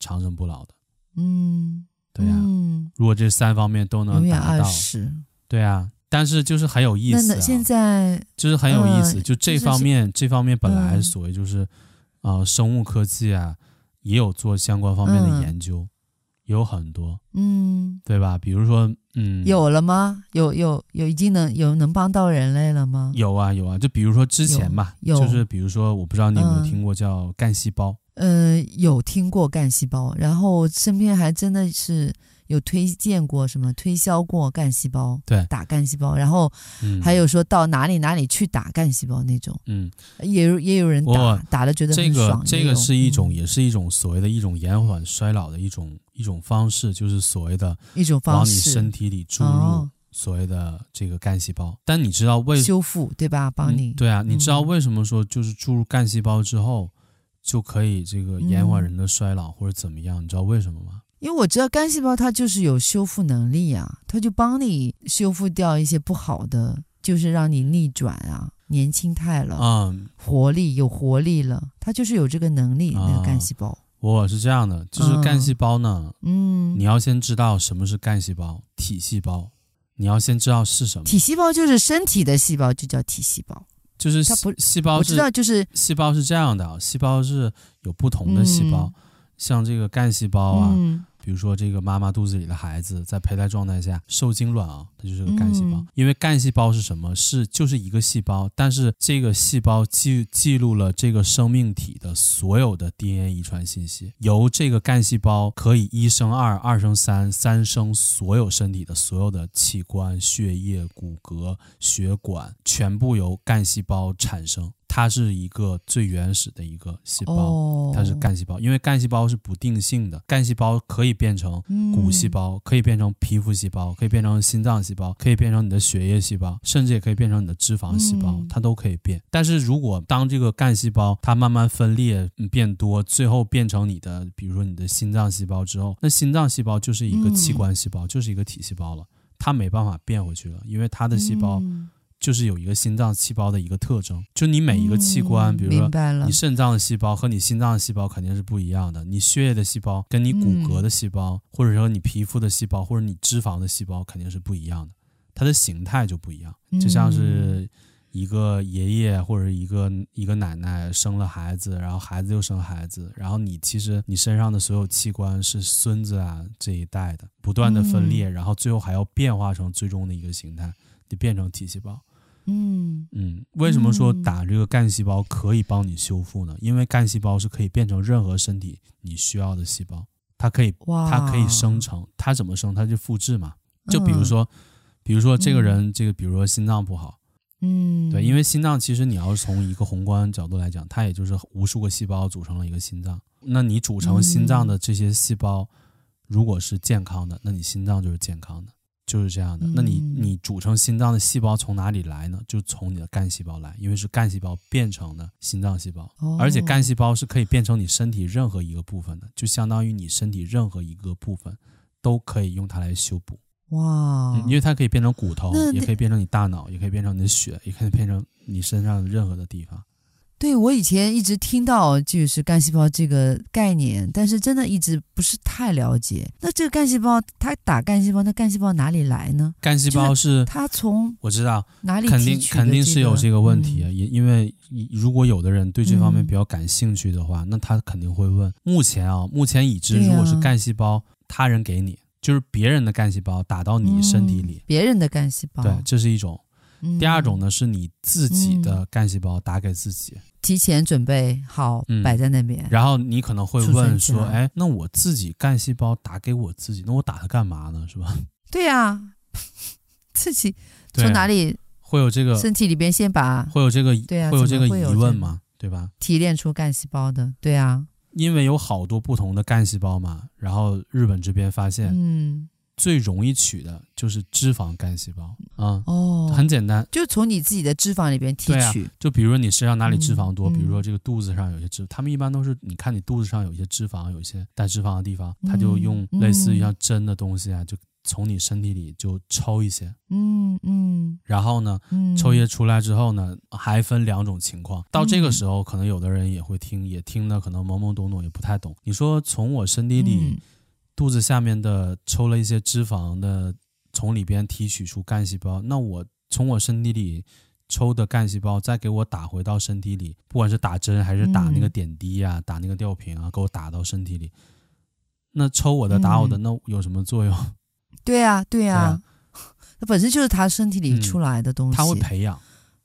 Speaker 1: 长生不老的，
Speaker 2: 嗯，
Speaker 1: 对呀、
Speaker 2: 嗯
Speaker 1: 如果这三方面都
Speaker 2: 永
Speaker 1: 能
Speaker 2: 远
Speaker 1: 达
Speaker 2: 二
Speaker 1: 到，
Speaker 2: 十。
Speaker 1: 对呀、但是就是很有意
Speaker 2: 那
Speaker 1: 思、啊，
Speaker 2: 那现在
Speaker 1: 就是很有意思。
Speaker 2: 呃
Speaker 1: 就这
Speaker 2: 就是
Speaker 1: 方面，这方面本来
Speaker 2: 嗯
Speaker 1: 所谓就是啊、呃生物科技啊，也有做相关方面的
Speaker 2: 嗯
Speaker 1: 研究，也有很多，
Speaker 2: 嗯，
Speaker 1: 对吧？比如说，嗯，
Speaker 2: 有了吗？有有有，已经能有能帮到人类了吗？
Speaker 1: 有啊有啊，就比如说之前吧，
Speaker 2: 有有
Speaker 1: 就是比如说，我不知道你有没有
Speaker 2: 嗯
Speaker 1: 听过叫干细胞，
Speaker 2: 呃，有听过干细胞，然后身边还真的是有推荐过什么推销过干细胞，
Speaker 1: 对
Speaker 2: 打干细胞，然后
Speaker 1: 嗯，
Speaker 2: 还有说到哪里哪里去打干细胞那种，
Speaker 1: 嗯，
Speaker 2: 也有也有人打、
Speaker 1: 哦
Speaker 2: 打了觉得
Speaker 1: 这
Speaker 2: 很
Speaker 1: 个
Speaker 2: 爽，
Speaker 1: 这
Speaker 2: 也
Speaker 1: 个
Speaker 2: 有
Speaker 1: 是一种，
Speaker 2: 嗯
Speaker 1: 也是一种所谓的一种延缓衰老的一种一种方式，就是所谓的
Speaker 2: 一种
Speaker 1: 往
Speaker 2: 方
Speaker 1: 你
Speaker 2: 式，
Speaker 1: 身体里注入
Speaker 2: 哦
Speaker 1: 所谓的这个干细胞。但你知道为
Speaker 2: 修复对吧？帮
Speaker 1: 嗯
Speaker 2: 你、
Speaker 1: 对啊，你知道
Speaker 2: 嗯
Speaker 1: 为什么说就是注入干细胞之后就可以这个延
Speaker 2: 嗯
Speaker 1: 缓人的衰老或者怎么样？你知道为什么吗？
Speaker 2: 因为我知道干细胞它就是有修复能力呀、它就帮你修复掉一些不好的，就是让你逆转啊，年轻态了，
Speaker 1: 嗯，
Speaker 2: 活力有活力了，它就是有这个能力。那
Speaker 1: 啊
Speaker 2: 个干细胞，
Speaker 1: 我是这样的，就是干
Speaker 2: 嗯
Speaker 1: 细胞呢，
Speaker 2: 嗯
Speaker 1: 你，要先知道什么是干细胞、体细胞，你要先知道是什么，
Speaker 2: 体细胞就是身体的细胞，就叫体细胞。
Speaker 1: 哦就是
Speaker 2: 它
Speaker 1: 细
Speaker 2: 不
Speaker 1: 细胞
Speaker 2: 我知
Speaker 1: 是
Speaker 2: 道，就是
Speaker 1: 细胞是这样的啊，细胞是有不同的细胞，像这个干细胞啊，
Speaker 2: 嗯
Speaker 1: 比如说这个妈妈肚子里的孩子在胚胎状态下受精卵啊，它就是个干细胞。
Speaker 2: 嗯
Speaker 1: 因为干细胞是什么？是就是一个细胞，但是这个细胞记记录了这个生命体的所有的 DNA 遗传信息，由这个干细胞可以一生二，二生三，三生所有身体的所有的器官、血液、骨骼、血管，全部由干细胞产生。它是一个最原始的一个细胞。
Speaker 2: 哦，
Speaker 1: 它是干细胞，因为干细胞是不定性的，干细胞可以变成
Speaker 2: 嗯
Speaker 1: 骨细胞，可以变成皮肤细胞，可以变成心脏细胞，可以变成你的血液细胞，甚至也可以变成你的脂肪细胞
Speaker 2: 嗯，
Speaker 1: 它都可以变。但是如果当这个干细胞它慢慢分裂嗯变多，最后变成你的，比如说你的心脏细胞之后，那心脏细胞就是一个器
Speaker 2: 嗯
Speaker 1: 官细胞，就是一个体细胞了。它没办法变回去了，因为它
Speaker 2: 的
Speaker 1: 的细胞
Speaker 2: 嗯
Speaker 1: 就是有一个心脏细胞的一个特征，就你每一个器官，比如说
Speaker 2: 嗯明白了
Speaker 1: 你，肾脏的细胞和你心脏的细胞肯定是不一样的，你血液的细胞跟你骨骼的细胞，或者说你皮肤的细胞或者你脂肪的细胞肯定是不一样的，它的形态就不一样。就像是一个爷爷或者一个一个奶奶生了孩子，然后孩子又生孩子，然后你其实你身上的所有器官是孙子啊这一代的不断的分裂，然后最后还要变化成最终的一个形态，你变成体细胞。
Speaker 2: 嗯
Speaker 1: 嗯，为什么说打这个干细胞可以帮你修复呢？因为干细胞是可以变成任何身体你需要的细胞，它可以
Speaker 2: 哇，
Speaker 1: 它可以生成，它怎么生？它就复制嘛。就比
Speaker 2: 嗯
Speaker 1: 如说，比如说这个人，这个比如说心脏不好，
Speaker 2: 嗯，嗯，
Speaker 1: 对，因
Speaker 2: 为
Speaker 1: 为心脏其实你要是从一个宏观角度来讲，它也就是无数个细胞组成了一个心脏。那你组成心脏
Speaker 2: 嗯
Speaker 1: 的这些细胞，如果是健康的，那你心脏就是健康的，就是这样的。那你
Speaker 2: 嗯
Speaker 1: 你组成心脏的细胞从哪里来呢？就从你的干细胞来，因为是干细胞变成的心脏细胞，
Speaker 2: 哦
Speaker 1: 而且干细胞是可以变成你身体任何一个部分的，就相当于你身体任何一个部分都可以用它来修补。
Speaker 2: 哇，
Speaker 1: 嗯，因为它可以变成骨头
Speaker 2: 那，
Speaker 1: 也
Speaker 2: 那
Speaker 1: 可以变成你大脑，也可以变成你的血，也可以变成你身上的任何的地方。
Speaker 2: 对我以前一直听到就是干细胞这个概念，但是真的一直不是太了解。那这个干细胞，它打干细胞，那干细胞哪里来呢？
Speaker 1: 干细胞是，
Speaker 2: 它从
Speaker 1: 我知道，
Speaker 2: 哪里
Speaker 1: 肯
Speaker 2: 提
Speaker 1: 定
Speaker 2: 取的
Speaker 1: 肯定是有这个问题啊，
Speaker 2: 嗯
Speaker 1: 也、因为如果有的人对这方面
Speaker 2: 嗯
Speaker 1: 比较感兴趣的话，那他肯定会问。目前啊，目前已知，
Speaker 2: 对呀
Speaker 1: 如
Speaker 2: 啊
Speaker 1: 果是干细胞，他人给你，就是别人的干细胞打到你身体里
Speaker 2: 嗯，别人的干细胞。
Speaker 1: 对，这是一种。
Speaker 2: 嗯
Speaker 1: 第二种呢，是你自己的干细胞打给自己。
Speaker 2: 提前准备好
Speaker 1: 嗯
Speaker 2: 摆在那边。
Speaker 1: 然后你可能会
Speaker 2: 储存
Speaker 1: 问
Speaker 2: 起
Speaker 1: 说，
Speaker 2: 来
Speaker 1: 哎，那我自己干细胞打给我自己，那我打它干嘛呢？是吧？
Speaker 2: 对呀、 自己
Speaker 1: 对
Speaker 2: 从哪里
Speaker 1: 会有这个
Speaker 2: 身体里边先把
Speaker 1: 会有这个
Speaker 2: 对啊
Speaker 1: 会有这个
Speaker 2: 怎么会有
Speaker 1: 疑
Speaker 2: 这
Speaker 1: 问
Speaker 2: 个
Speaker 1: 吗？对吧？
Speaker 2: 提炼出干细胞的。对啊，
Speaker 1: 因为有好多不同的干细胞嘛，然后日本这边发现
Speaker 2: 嗯，
Speaker 1: 最容易取的就是脂肪干细胞啊、
Speaker 2: 哦，
Speaker 1: 很简单，
Speaker 2: 就从你自己的脂肪里边提
Speaker 1: 对啊
Speaker 2: 取。
Speaker 1: 就比如说你身上哪里脂肪多，
Speaker 2: 嗯
Speaker 1: 比如说这个肚子上有些脂，他们一般都是你看你肚子上有一些脂肪，有一些带脂肪的地方，他就
Speaker 2: 嗯
Speaker 1: 用类似于像针的东西啊，就从你身体里就抽一些，
Speaker 2: 嗯嗯
Speaker 1: 然后呢，
Speaker 2: 嗯，
Speaker 1: 抽液出来之后呢，还分两种情况。到这个时候，可能有的人也会听，也听的可能懵懵懂懂，也不太懂。你说从我身体里、
Speaker 2: 嗯
Speaker 1: 肚子下面的抽了一些脂肪的，从里边提取出干细胞，那我从我身体里抽的干细胞再给我打回到身体里，不管是打针还是打那个
Speaker 2: 嗯
Speaker 1: 点滴啊，打那个吊瓶啊，给我打到身体里。那抽我的打我的，
Speaker 2: 嗯
Speaker 1: 那有什么作用？
Speaker 2: 对啊，对啊
Speaker 1: 啊，
Speaker 2: 它本身就是他身体里
Speaker 1: 嗯
Speaker 2: 出来的东西。
Speaker 1: 它会培养，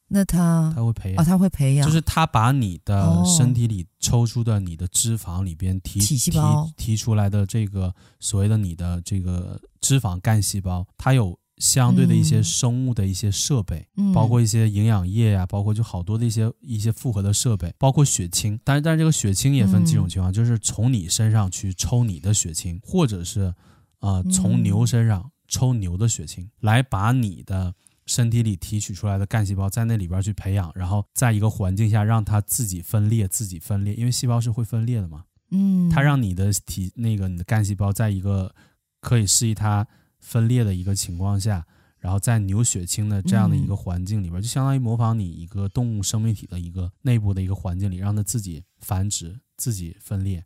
Speaker 2: 那它
Speaker 1: 它会培养
Speaker 2: 哦，。它会培养，
Speaker 1: 就是他把你的
Speaker 2: 哦
Speaker 1: 身体里抽出的你的脂肪里边提
Speaker 2: 体细胞
Speaker 1: 提提出来的这个所谓的你的这个脂肪干细胞，它有相对的一些
Speaker 2: 嗯
Speaker 1: 生物的一些设备，
Speaker 2: 嗯
Speaker 1: 包括一些营养液呀、包括就好多的一些一些复合的设备，包括血清。但是但是这个血清也分几种
Speaker 2: 嗯
Speaker 1: 情况，就是从你身上去抽你的血清，或者是啊从
Speaker 2: 嗯
Speaker 1: 牛身上抽牛的血清，来把你的身体里提取出来的干细胞在那里边去培养，然后在一个环境下让它自己分裂，自己分裂，因为细胞是会分裂的嘛。
Speaker 2: 嗯，
Speaker 1: 它让你的体那个你的干细胞在一个可以适宜它分裂的一个情况下，然后在牛血清的这样的一个环境里边，就相当于模仿你一个动物生命体的一个内部的一个环境里，让它自己繁殖、自己分裂。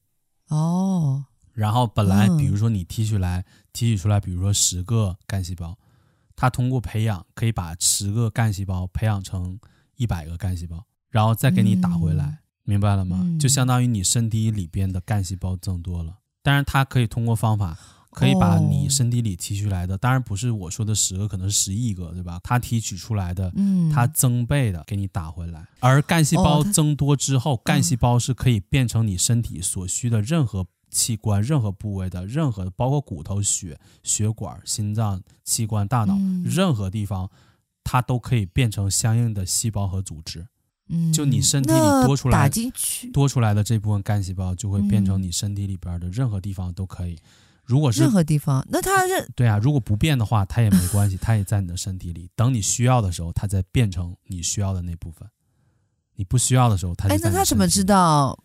Speaker 2: 哦，
Speaker 1: 然后本来
Speaker 2: 嗯
Speaker 1: 比如说你提取来、提取出来，比如说十个干细胞，它通过培养可以把十个干细胞培养成一百个干细胞，然后再给你打回来，
Speaker 2: 嗯
Speaker 1: 明白了吗？
Speaker 2: 嗯
Speaker 1: 就相当于你身体里边的干细胞增多了。当然，它可以通过方法，可以把你
Speaker 2: 哦
Speaker 1: 身体里提取来的，当然不是我说的十个，可能是十亿个，对吧？它提取出来的，
Speaker 2: 嗯，
Speaker 1: 它增倍的给你打回来。而干细胞
Speaker 2: 哦它
Speaker 1: 增多之后，干细胞是可以变成你身体所需的任何器官、任何部位的任何，包括骨头、血、血管、心脏、器官、大脑，
Speaker 2: 嗯
Speaker 1: 任何地方，它都可以变成相应的细胞和组织。
Speaker 2: 嗯
Speaker 1: 就你身体里
Speaker 2: 那
Speaker 1: 多出来
Speaker 2: 打进去，
Speaker 1: 多出来的这部分干细胞就会变成
Speaker 2: 嗯
Speaker 1: 你身体里边的任何地方都可以。如果是
Speaker 2: 任何地方，那它是
Speaker 1: 对啊，如果不变的话，它也没关系，它也在你的身体里。等你需要的时候，它再变成你需要的那部分；你不需要的时候，它就
Speaker 2: 哎，
Speaker 1: 在
Speaker 2: 那
Speaker 1: 你
Speaker 2: 他怎么
Speaker 1: 身体
Speaker 2: 知
Speaker 1: 里？
Speaker 2: 道？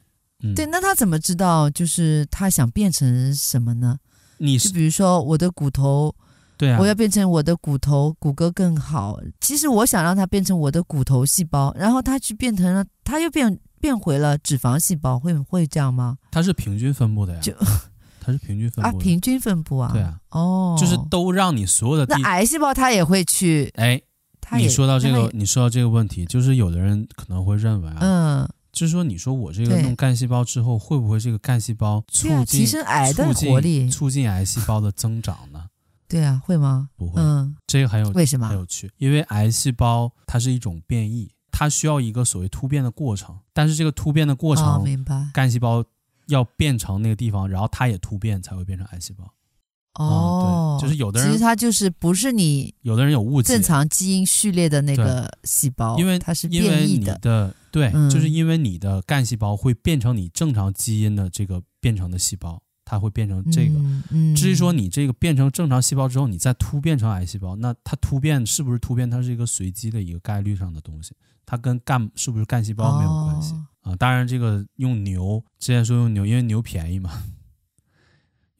Speaker 1: 嗯、
Speaker 2: 对，，那他怎么知道就是他想变成什么呢？
Speaker 1: 你
Speaker 2: 就是比如说我的骨头，
Speaker 1: 对啊
Speaker 2: 我，要变成我的骨头骨骼更好。其实我想让它变成我的骨头细胞，然后它去变成了，它又变变回了脂肪细胞，会会这样吗？
Speaker 1: 它是平均分布的呀
Speaker 2: 就，
Speaker 1: 它是平均分
Speaker 2: 啊，
Speaker 1: 布的，
Speaker 2: 平均分布啊？
Speaker 1: 对啊，
Speaker 2: 哦，
Speaker 1: 就是都让你所有的地
Speaker 2: 那。癌细胞它也会去，
Speaker 1: 哎，
Speaker 2: 它也
Speaker 1: 你说到这
Speaker 2: 那它
Speaker 1: 个
Speaker 2: 也，
Speaker 1: 你说到这个问题，就是有的人可能会认为啊，
Speaker 2: 嗯，
Speaker 1: 就是说，你说我这个
Speaker 2: 对
Speaker 1: 弄干细胞之后，会不会这个干细胞促
Speaker 2: 对啊，
Speaker 1: 进
Speaker 2: 提升癌的
Speaker 1: 促进
Speaker 2: 活力，
Speaker 1: 促进癌细胞的增长呢？
Speaker 2: 对啊，会吗？
Speaker 1: 不会
Speaker 2: 嗯，
Speaker 1: 这个很有
Speaker 2: 为什么
Speaker 1: 很？有趣，因为癌细胞它是一种变异，它需要一个所谓突变的过程，但是这个突变的过程，
Speaker 2: 哦，明白。
Speaker 1: 干细胞要变成那个地方，然后它也突变才会变成癌细胞。
Speaker 2: 哦
Speaker 1: 嗯，对，就是有的
Speaker 2: 其实
Speaker 1: 人
Speaker 2: 它就是不是你
Speaker 1: 有的人有误解，
Speaker 2: 正常基因序列的那个细胞，
Speaker 1: 因为
Speaker 2: 它是
Speaker 1: 因为
Speaker 2: 变异
Speaker 1: 你
Speaker 2: 的。
Speaker 1: 的对，
Speaker 2: 嗯
Speaker 1: 就是因为你的干细胞会变成你正常基因的这个变成的细胞，它会变成这个。
Speaker 2: 嗯，嗯
Speaker 1: 至于说你这个变成正常细胞之后，你再突变成癌细胞，那它突变是不是突变，它是一个随机的一个概率上的东西，它跟干是不是干细胞没有关系、
Speaker 2: 哦
Speaker 1: 啊。当然，这个用牛之前说用牛，因为牛便宜嘛，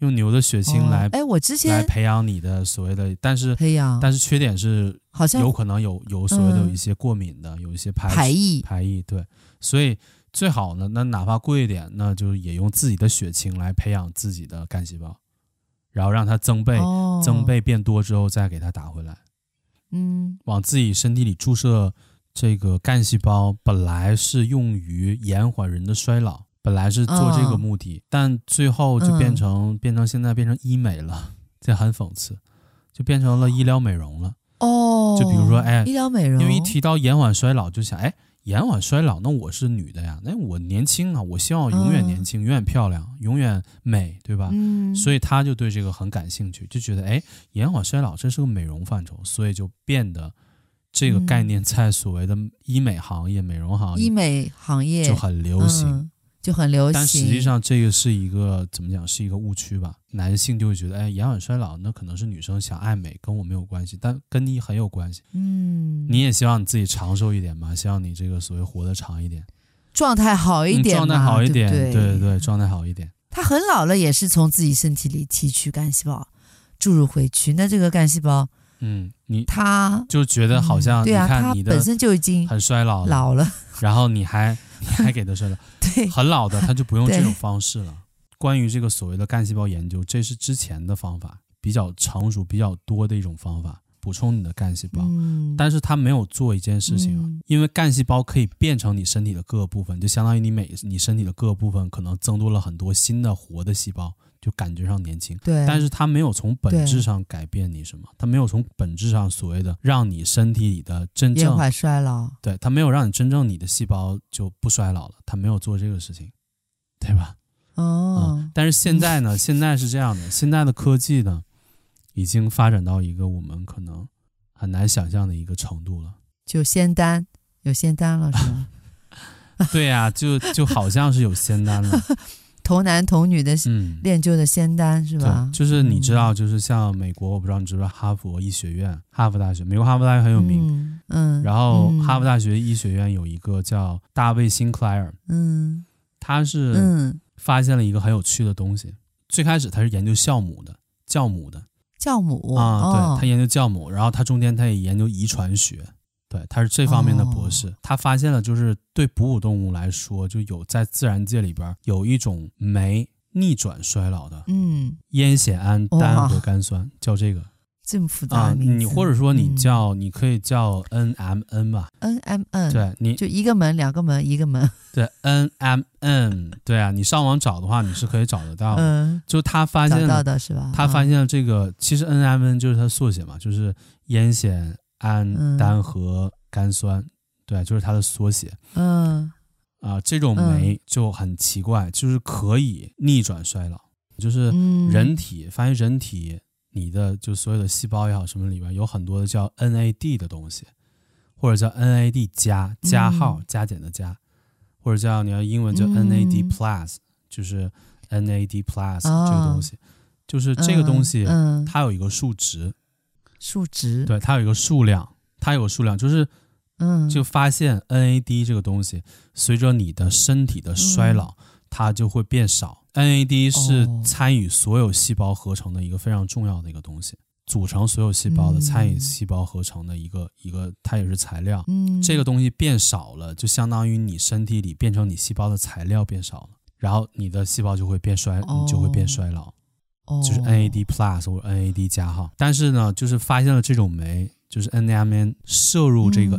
Speaker 1: 用牛的血清
Speaker 2: 哦
Speaker 1: 来、
Speaker 2: 哎，我之
Speaker 1: 来
Speaker 2: 前
Speaker 1: 培养你的所谓的，但是
Speaker 2: 培养，
Speaker 1: 但是缺点是
Speaker 2: 好像
Speaker 1: 有可能有有所谓的有
Speaker 2: 嗯
Speaker 1: 一些过敏的，有一些排
Speaker 2: 排异
Speaker 1: 排异对，所以最好呢，那哪怕贵一点，那就是也用自己的血清来培养自己的干细胞，然后让它增倍、
Speaker 2: 哦，
Speaker 1: 增，倍变多之后再给它打回来，
Speaker 2: 嗯，
Speaker 1: 往自己身体里注射这个干细胞，本来是用于延缓人的衰老。本来是做这个
Speaker 2: 嗯
Speaker 1: 目的，但最后就变
Speaker 2: 嗯
Speaker 1: 成、变成现在变成医美了，这很讽刺，就变成了医疗美容了。
Speaker 2: 哦，
Speaker 1: 就比如说哎
Speaker 2: 医疗美容，
Speaker 1: 因为一提到延缓衰老，就想哎，延缓衰老，那我是女的呀，那我年轻啊，我希望永远年轻，永远漂亮，永远美，对吧？
Speaker 2: 嗯，
Speaker 1: 所以她就对这个很感兴趣，就觉得哎，延缓衰老这是个美容范畴，所以就变得这个概念在所谓的医美行业、美容行
Speaker 2: 嗯医
Speaker 1: 业
Speaker 2: 美行业
Speaker 1: 啊就很流行。
Speaker 2: 嗯就很流行，
Speaker 1: 但实际上，这个是一个怎么讲？是一个误区吧。男性就会觉得，哎，延缓衰老那可能是女生想爱美，跟我没有关系，但跟你很有关系。
Speaker 2: 嗯，
Speaker 1: 你也希望你自己长寿一点嘛，希望你这个所谓活得长一点，
Speaker 2: 状态好一
Speaker 1: 嗯
Speaker 2: 点嘛，
Speaker 1: 状态好一点，
Speaker 2: 对
Speaker 1: 对
Speaker 2: 不
Speaker 1: 对对，状态好一点。
Speaker 2: 他很老了也是从自己身体里提取干细胞注入回去，那这个干细胞
Speaker 1: 嗯，你
Speaker 2: 它
Speaker 1: 就觉得好像
Speaker 2: 嗯
Speaker 1: 你
Speaker 2: 对啊，
Speaker 1: 看
Speaker 2: 它
Speaker 1: 你
Speaker 2: 本
Speaker 1: 的
Speaker 2: 身就已经
Speaker 1: 很衰老了，
Speaker 2: 老了，
Speaker 1: 然后你还你还给他衰老，
Speaker 2: 对，
Speaker 1: 很老的他就不用这
Speaker 2: 对
Speaker 1: 种方式了。关于这个所谓的干细胞研究，这是之前的方法，比较成熟、比较多的一种方法，补充你的干细胞。
Speaker 2: 嗯，
Speaker 1: 但是他没有做一件事情啊，
Speaker 2: 嗯
Speaker 1: 因为干细胞可以变成你身体的各个部分，就相当于你每你身体的各个部分可能增多了很多新的活的细胞，就感觉上年轻。
Speaker 2: 对，
Speaker 1: 但是它没有从本
Speaker 2: 对
Speaker 1: 质上改变你什么，它没有从本质上所谓的让你身体里的真
Speaker 2: 延
Speaker 1: 正
Speaker 2: 缓衰老，
Speaker 1: 对它没有让你真正你的细胞就不衰老了，它没有做这个事情，对吧？
Speaker 2: 哦，
Speaker 1: 嗯，但是现在呢，现在是这样的，现在的科技呢，已经发展到一个我们可能很难想象的一个程度了。
Speaker 2: 就仙丹有仙丹了是
Speaker 1: 啊
Speaker 2: 吗？
Speaker 1: 对呀、就就好像是有仙丹了，
Speaker 2: 童男童女的
Speaker 1: 嗯，
Speaker 2: 练就的仙丹是吧
Speaker 1: 对，？就是你知
Speaker 2: 嗯
Speaker 1: 道，就是像美国，我不知道你知不知道哈佛医学院，哈佛大学，美国哈佛大学很有名。
Speaker 2: 嗯，嗯，
Speaker 1: 然后
Speaker 2: 嗯
Speaker 1: 哈佛，大学医学院有一个叫大卫辛克莱尔，
Speaker 2: 嗯
Speaker 1: 他是
Speaker 2: 嗯，
Speaker 1: 发现了一个很有趣的东西。最开始他是研究酵母的，酵母的
Speaker 2: 酵母哦
Speaker 1: 啊，对，他
Speaker 2: 对，
Speaker 1: 研究酵母，然后他中间他也研究遗传学，对，他是这方面的博
Speaker 2: 哦
Speaker 1: 士。他发现了，就是对哺乳动物来说，就有在自然界里边有一种酶逆转衰老的
Speaker 2: 嗯，
Speaker 1: 烟酰胺单
Speaker 2: 哇
Speaker 1: 核苷酸，叫这个
Speaker 2: 这么复杂
Speaker 1: 啊，
Speaker 2: 的名字，
Speaker 1: 你或者说你
Speaker 2: 嗯
Speaker 1: 叫，你可以叫 NMN 吧，
Speaker 2: N M N，，
Speaker 1: 对你
Speaker 2: 嗯就一个门，两个门，一个门，
Speaker 1: 对，N M N，对啊，你上网找的话，你是可以找得到的。
Speaker 2: 嗯，
Speaker 1: 就他啊发现
Speaker 2: 找到
Speaker 1: 了，
Speaker 2: 的是吧？
Speaker 1: 他发
Speaker 2: 嗯
Speaker 1: 现了这个，其实 N M N 就是它的缩写嘛，就是烟酰胺
Speaker 2: 嗯
Speaker 1: 单核苷酸，对，就是它的缩写
Speaker 2: 嗯，
Speaker 1: 啊、这种酶就很奇怪，就是可以逆转衰老，就是
Speaker 2: 嗯
Speaker 1: 人体发现人体你的就所有的细胞也好，什么里边有很多的叫 N A D 的东西，或者叫 N A D 加加号
Speaker 2: 嗯
Speaker 1: 加减的加，或者叫你要英文叫 N A D
Speaker 2: 嗯
Speaker 1: plus，、就是 N A D plus
Speaker 2: 哦
Speaker 1: 这个东西，就是这个东西、
Speaker 2: 嗯，嗯
Speaker 1: 它有一个数值，
Speaker 2: 数值，
Speaker 1: 对，它有一个数量，它有个数量，就是
Speaker 2: 嗯，
Speaker 1: 就发现 NAD 这个东西，随着你的身体的衰老，它就会变少。NAD 是
Speaker 2: 嗯哦
Speaker 1: 参与所有细胞合成的一个非常重要的一个东西，组成所有细胞的、
Speaker 2: 嗯
Speaker 1: 参与细胞合成的一个一个，它也是材料。
Speaker 2: 嗯，
Speaker 1: 这个东西变少了，就相当于你身体里变成你细胞的材料变少了，然后你的细胞就会变衰，
Speaker 2: 哦
Speaker 1: 你就会变衰老。
Speaker 2: 哦
Speaker 1: 就是哎 NAD plus 或者 NAD 加号。但是呢，就是发现了这种酶，就是 NMN 摄入这个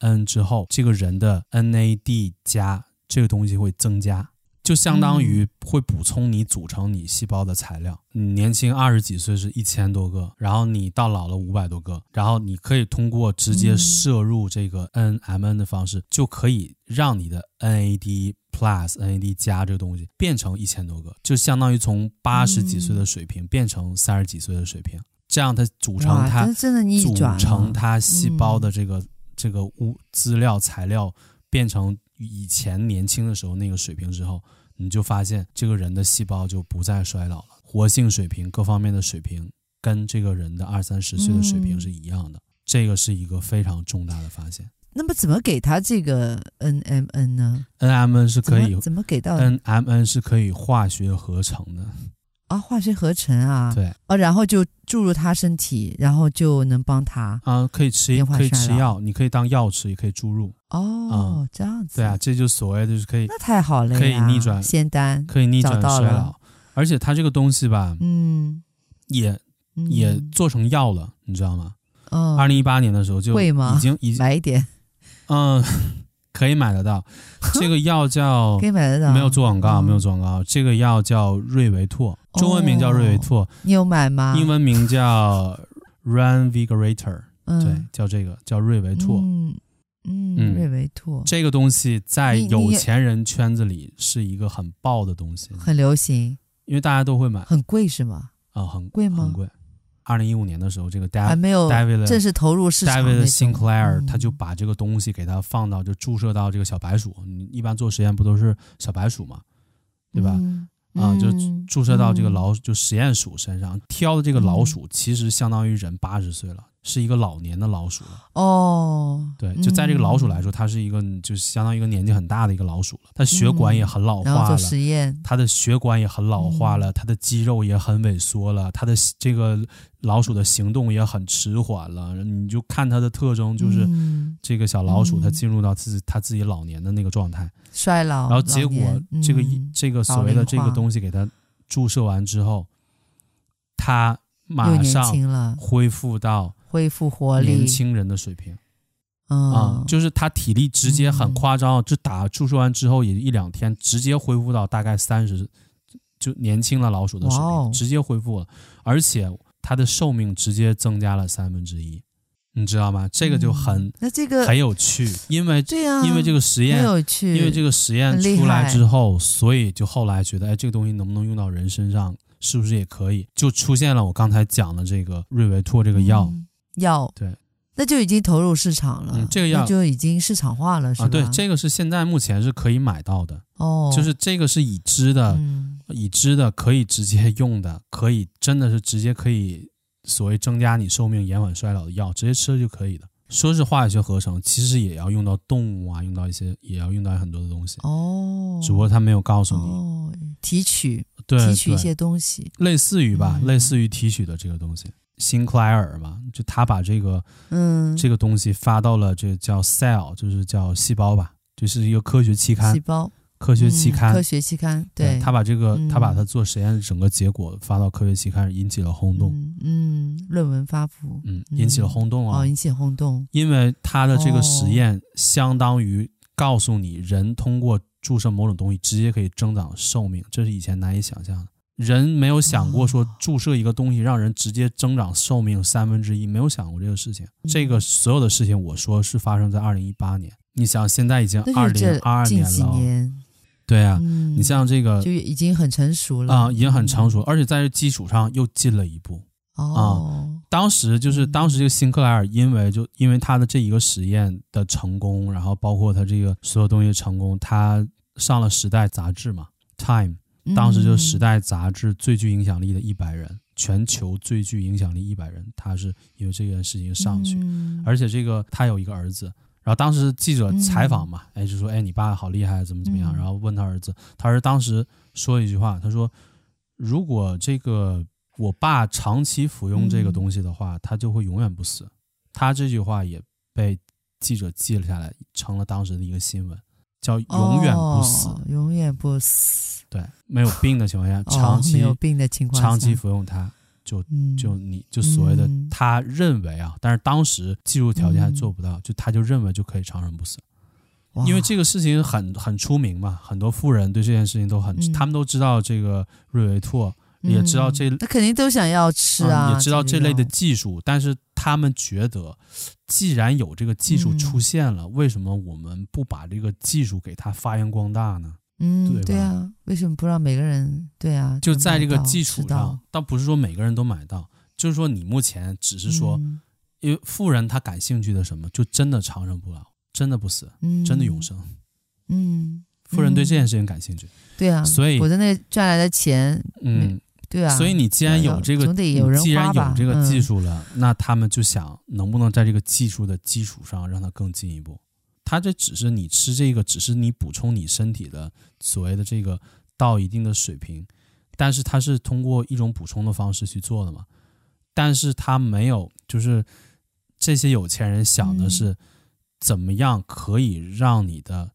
Speaker 1: NMN 之后，这个人的 NAD 加这个东西会增加，就相当于会补充你组成你细胞的材料。你年轻二十几岁是一千多个，然后你到老了五百多个，然后你可以通过直接摄入这个 NMN 的方式，就可以让你的 NAD。plus NAD 加这个东西变成一千多个，就相当于从八十几
Speaker 2: 嗯
Speaker 1: 岁的水平变成三十几岁的水平，这样它组成
Speaker 2: 哇
Speaker 1: 它
Speaker 2: 真真的逆
Speaker 1: 组
Speaker 2: 转了嗯
Speaker 1: 成它细胞的这个、这个物资料材料变成以前年轻的时候那个水平之后，你就发现这个人的细胞就不再衰老了，活性水平各方面的水平跟这个人的二三十岁的水平
Speaker 2: 嗯
Speaker 1: 是一样的，这个是一个非常重大的发现。
Speaker 2: 那么怎么给他这个 NMN 呢？
Speaker 1: NMN 是可
Speaker 2: 怎
Speaker 1: 以嗯
Speaker 2: 么怎么给到
Speaker 1: NMN 是可以化学合成的，
Speaker 2: 啊？化学合成啊，
Speaker 1: 对，
Speaker 2: 哦，然后就注入他身体，然后就能帮他
Speaker 1: 啊，可以吃，
Speaker 2: 变化
Speaker 1: 可以
Speaker 2: 衰
Speaker 1: 吃
Speaker 2: 老
Speaker 1: 药，你可以当药吃，也可以注入。
Speaker 2: 哦，这样子
Speaker 1: 对啊，，这就所谓的就是可以
Speaker 2: 那太好了呀，
Speaker 1: 可以逆转
Speaker 2: 仙丹，
Speaker 1: 可以逆
Speaker 2: 找
Speaker 1: 转
Speaker 2: 到
Speaker 1: 衰
Speaker 2: 了
Speaker 1: 老，而且它这个东西吧，
Speaker 2: 嗯，
Speaker 1: 也
Speaker 2: 嗯
Speaker 1: 也做成药了，你知道吗？
Speaker 2: 哦，
Speaker 1: 二零一八年的时候就
Speaker 2: 贵吗
Speaker 1: 已经已经
Speaker 2: 买一点
Speaker 1: 嗯，可以买得到。这 个药叫
Speaker 2: 可以买得到，
Speaker 1: 没有做广告，
Speaker 2: 嗯
Speaker 1: 没有做广告。这个药叫瑞维拓，中文名叫瑞维拓，
Speaker 2: 你有买吗？
Speaker 1: 英文名叫 Ranvigorator，
Speaker 2: 啊嗯
Speaker 1: 对，叫这个叫瑞维拓。
Speaker 2: 嗯嗯，
Speaker 1: 嗯
Speaker 2: 瑞维兔
Speaker 1: 这个东西在
Speaker 2: 你你
Speaker 1: 有
Speaker 2: 也
Speaker 1: 钱人圈子里是一个很爆的东西，
Speaker 2: 很流行，
Speaker 1: 因为大家都会买啊、
Speaker 2: 很贵是吗？
Speaker 1: 很
Speaker 2: 贵吗啊
Speaker 1: 很贵。二零一五年的时候，这个
Speaker 2: 还
Speaker 1: Dav
Speaker 2: 没有
Speaker 1: David 啊的
Speaker 2: 正式投入市场那
Speaker 1: David
Speaker 2: 种。
Speaker 1: 的 Sinclair，、
Speaker 2: 嗯
Speaker 1: 他就把这个东西给它放到就注射到这个小白鼠，你一般做实验不都是小白鼠嘛，对吧？
Speaker 2: 嗯
Speaker 1: 啊，就
Speaker 2: 嗯
Speaker 1: 注射到这个
Speaker 2: 嗯
Speaker 1: 老就实验鼠身上，挑的这个老鼠其实相当于人八十岁了，是一个老年的老鼠了。
Speaker 2: 哦，
Speaker 1: 对，就在这个老鼠来
Speaker 2: 嗯
Speaker 1: 说，它是一个就相当于一个年纪很大的一个老鼠了，它血管也很老
Speaker 2: 嗯然后
Speaker 1: 化
Speaker 2: 做
Speaker 1: 了，
Speaker 2: 实验，
Speaker 1: 它的血管也很老化
Speaker 2: 嗯
Speaker 1: 了，它的肌肉也很萎缩了，它的这个老鼠的行动也很迟缓了。你就看它的特征，就是
Speaker 2: 嗯
Speaker 1: 这个小老鼠
Speaker 2: 嗯
Speaker 1: 它进入到自己它自己老年的那个状态，
Speaker 2: 衰老，
Speaker 1: 然后结果
Speaker 2: 嗯老年
Speaker 1: 这个一
Speaker 2: 嗯
Speaker 1: 这个所谓
Speaker 2: 老龄化
Speaker 1: 的这个东西给它注射完之后，它
Speaker 2: 又
Speaker 1: 马
Speaker 2: 年
Speaker 1: 上
Speaker 2: 轻了，
Speaker 1: 恢复到
Speaker 2: 恢复活力，
Speaker 1: 年轻人的水平。啊、
Speaker 2: 嗯，
Speaker 1: 就是他体力直接很
Speaker 2: 嗯
Speaker 1: 夸张，就打注射完之后也一两天，直接恢复到大概三十，就年轻的老鼠的水平，
Speaker 2: 哇哦
Speaker 1: 直接恢复了，而且它的寿命直接增加了三分之一，你知道吗？这个就很、
Speaker 2: 那这个
Speaker 1: 很有趣，因为、
Speaker 2: 对呀，
Speaker 1: 因为这个实
Speaker 2: 嗯很
Speaker 1: 验。
Speaker 2: 有趣，
Speaker 1: 因为这个实验
Speaker 2: 很厉
Speaker 1: 出来
Speaker 2: 害
Speaker 1: 之后，所以就后来觉得，哎，这个东西能不能用到人身上，是不是也可以？就出现了我刚才讲的这个瑞维托这个药，
Speaker 2: 嗯药
Speaker 1: 对。
Speaker 2: 那就已经投入市场了，
Speaker 1: 嗯这个药
Speaker 2: 那就已经市场化了，是吧？
Speaker 1: 啊，对，这个是现在目前是可以买到的，
Speaker 2: 哦，
Speaker 1: 就是这个是已知的，
Speaker 2: 嗯
Speaker 1: 已知的可以直接用的，可以真的是直接可以所谓增加你寿命、延缓衰老的药，直接吃就可以的。说是化学合成，其实也要用到动物啊，用到一些也要用到很多的东西，
Speaker 2: 哦，
Speaker 1: 只不过他没有告诉你。
Speaker 2: 哦，提取
Speaker 1: 对，
Speaker 2: 提取一
Speaker 1: 对
Speaker 2: 些东西，
Speaker 1: 类似于吧，
Speaker 2: 嗯
Speaker 1: 类似于提取的这个东西，辛克莱尔嘛，就他把这个
Speaker 2: 嗯，
Speaker 1: 这个东西发到了这叫 Cell，就是叫细胞吧，就是一个科学期刊
Speaker 2: 细，胞
Speaker 1: 科学期
Speaker 2: 嗯
Speaker 1: 刊
Speaker 2: 科。学期刊，
Speaker 1: 呃他把这个，他把
Speaker 2: 嗯
Speaker 1: 他做实验整个结果发到科学期刊，引起了轰动。
Speaker 2: 嗯嗯，论文发布
Speaker 1: 嗯，引起了
Speaker 2: 嗯
Speaker 1: 轰动啊，
Speaker 2: 哦，引起轰动，
Speaker 1: 因为他的这个实
Speaker 2: 哦
Speaker 1: 验相当于告诉你，人通过注射某种东西直接可以增长寿命，这是以前难以想象的。人没有想过说
Speaker 2: 哦
Speaker 1: 注射一个东西让人直接增长寿命三分之一，没有想过这个事情。
Speaker 2: 嗯
Speaker 1: 这个所有的事情，我说是发生在二零一八年。你想，现在已经
Speaker 2: 那
Speaker 1: 二
Speaker 2: 就是
Speaker 1: 零
Speaker 2: 这
Speaker 1: 二二
Speaker 2: 近
Speaker 1: 年
Speaker 2: 几
Speaker 1: 了哦，
Speaker 2: 年，
Speaker 1: 对啊，
Speaker 2: 嗯，
Speaker 1: 你像这个
Speaker 2: 就已经很成熟了
Speaker 1: 啊、已经很成熟，而且在这基础上又进了一步。
Speaker 2: 哦，
Speaker 1: 当时就是
Speaker 2: 嗯
Speaker 1: 当时这个辛克莱尔，因为就因为他的这一个实验的成功，然后包括他这个所有东西的成功，他上了《时代》杂志嘛，《Time》当
Speaker 2: 嗯
Speaker 1: 啊时就是《时
Speaker 2: 代，
Speaker 1: 代》杂志最具影响力的一百人，全球最具影响力一百人，他是因为这件事情上去，
Speaker 2: 嗯
Speaker 1: 而且这个他有一个儿子。然后当时记者采访嘛，哎，就说哎，你爸好厉害，怎么怎么样？
Speaker 2: 嗯
Speaker 1: 然后问他儿子，他儿子当时说一句话，他说，如果这个我爸长期服用这个
Speaker 2: 嗯
Speaker 1: 东西的话，他就会永远不死。他这句话也被记者记了下来，成了当时的一个新闻，叫“永远不死”
Speaker 2: 哦永远不死，
Speaker 1: 对，没有病的情况下，
Speaker 2: 哦
Speaker 1: 长
Speaker 2: 没
Speaker 1: 期、
Speaker 2: 有病的情况下，
Speaker 1: 长期服用它，
Speaker 2: 嗯
Speaker 1: 就你就所谓的
Speaker 2: 嗯
Speaker 1: 他认为啊，但是当时技术条件还
Speaker 2: 嗯
Speaker 1: 做不到，就他就认为就可以长生不死。
Speaker 2: 哇
Speaker 1: 因为这个事情很很出名嘛，很多富人对这件事情都很，
Speaker 2: 嗯
Speaker 1: 他们都知道这个瑞维拓，也知道这
Speaker 2: 嗯他肯定都想要吃啊，
Speaker 1: 嗯也知道这类的
Speaker 2: 种
Speaker 1: 技术，但是他们觉得，既然有这个技
Speaker 2: 嗯
Speaker 1: 术出现了，为什么我们不把这个技术给它发扬光大呢？对
Speaker 2: 嗯，
Speaker 1: 吧
Speaker 2: 对啊，为什么不让每个人对啊？
Speaker 1: 就
Speaker 2: 能
Speaker 1: 在这
Speaker 2: 买
Speaker 1: 个
Speaker 2: 到
Speaker 1: 基
Speaker 2: 吃
Speaker 1: 础
Speaker 2: 到
Speaker 1: 上，倒不是说每个人都买到，就是说你目前只是说，
Speaker 2: 嗯
Speaker 1: 因为富人他感兴趣的什么，就真的长生不老，真的不死，
Speaker 2: 嗯
Speaker 1: 真的永，生。
Speaker 2: 嗯，
Speaker 1: 富人对
Speaker 2: 嗯
Speaker 1: 这件事情感兴趣，
Speaker 2: 对啊，
Speaker 1: 所以
Speaker 2: 我在那赚来的钱，
Speaker 1: 嗯，
Speaker 2: 对啊，
Speaker 1: 所以你既然有这个，
Speaker 2: 总得有人
Speaker 1: 你既然
Speaker 2: 花吧
Speaker 1: 有这个技
Speaker 2: 嗯
Speaker 1: 术了，那他们就想能不能在这个技术的基础上让它更进一步。它这只是你吃这个，只是你补充你身体的所谓的这个到一定的水平，但是它是通过一种补充的方式去做的嘛。但是它没有，就是这些有钱人想
Speaker 2: 嗯
Speaker 1: 的是怎么样可以让你的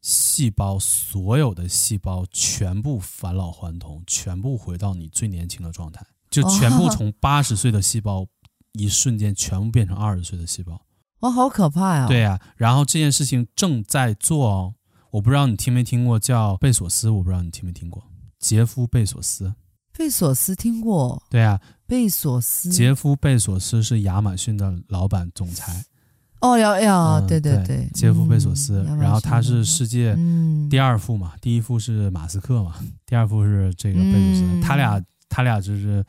Speaker 1: 细胞所有的细胞全部返老还童，全部回到你最年轻的状态，就全部
Speaker 2: 哦
Speaker 1: 从八十岁的细胞一瞬间全部变成二十岁的细胞。
Speaker 2: 哇，哦好可怕呀、
Speaker 1: 对呀、然后这件事情正在做哦，我不知道你听没听过叫贝索斯，我不知道你听没听过杰夫贝索斯。
Speaker 2: 贝索斯听过，
Speaker 1: 对呀、
Speaker 2: 贝索斯，
Speaker 1: 杰夫贝索斯是亚马逊的老板总裁。
Speaker 2: 哦呀呀，
Speaker 1: 嗯
Speaker 2: 对
Speaker 1: 对
Speaker 2: 对，
Speaker 1: 杰夫贝索斯，
Speaker 2: 嗯
Speaker 1: 然后他是世界
Speaker 2: 嗯，
Speaker 1: 第二富嘛，第一富是马斯克嘛， 第二富是这个贝索斯，
Speaker 2: 嗯
Speaker 1: 他俩他俩就是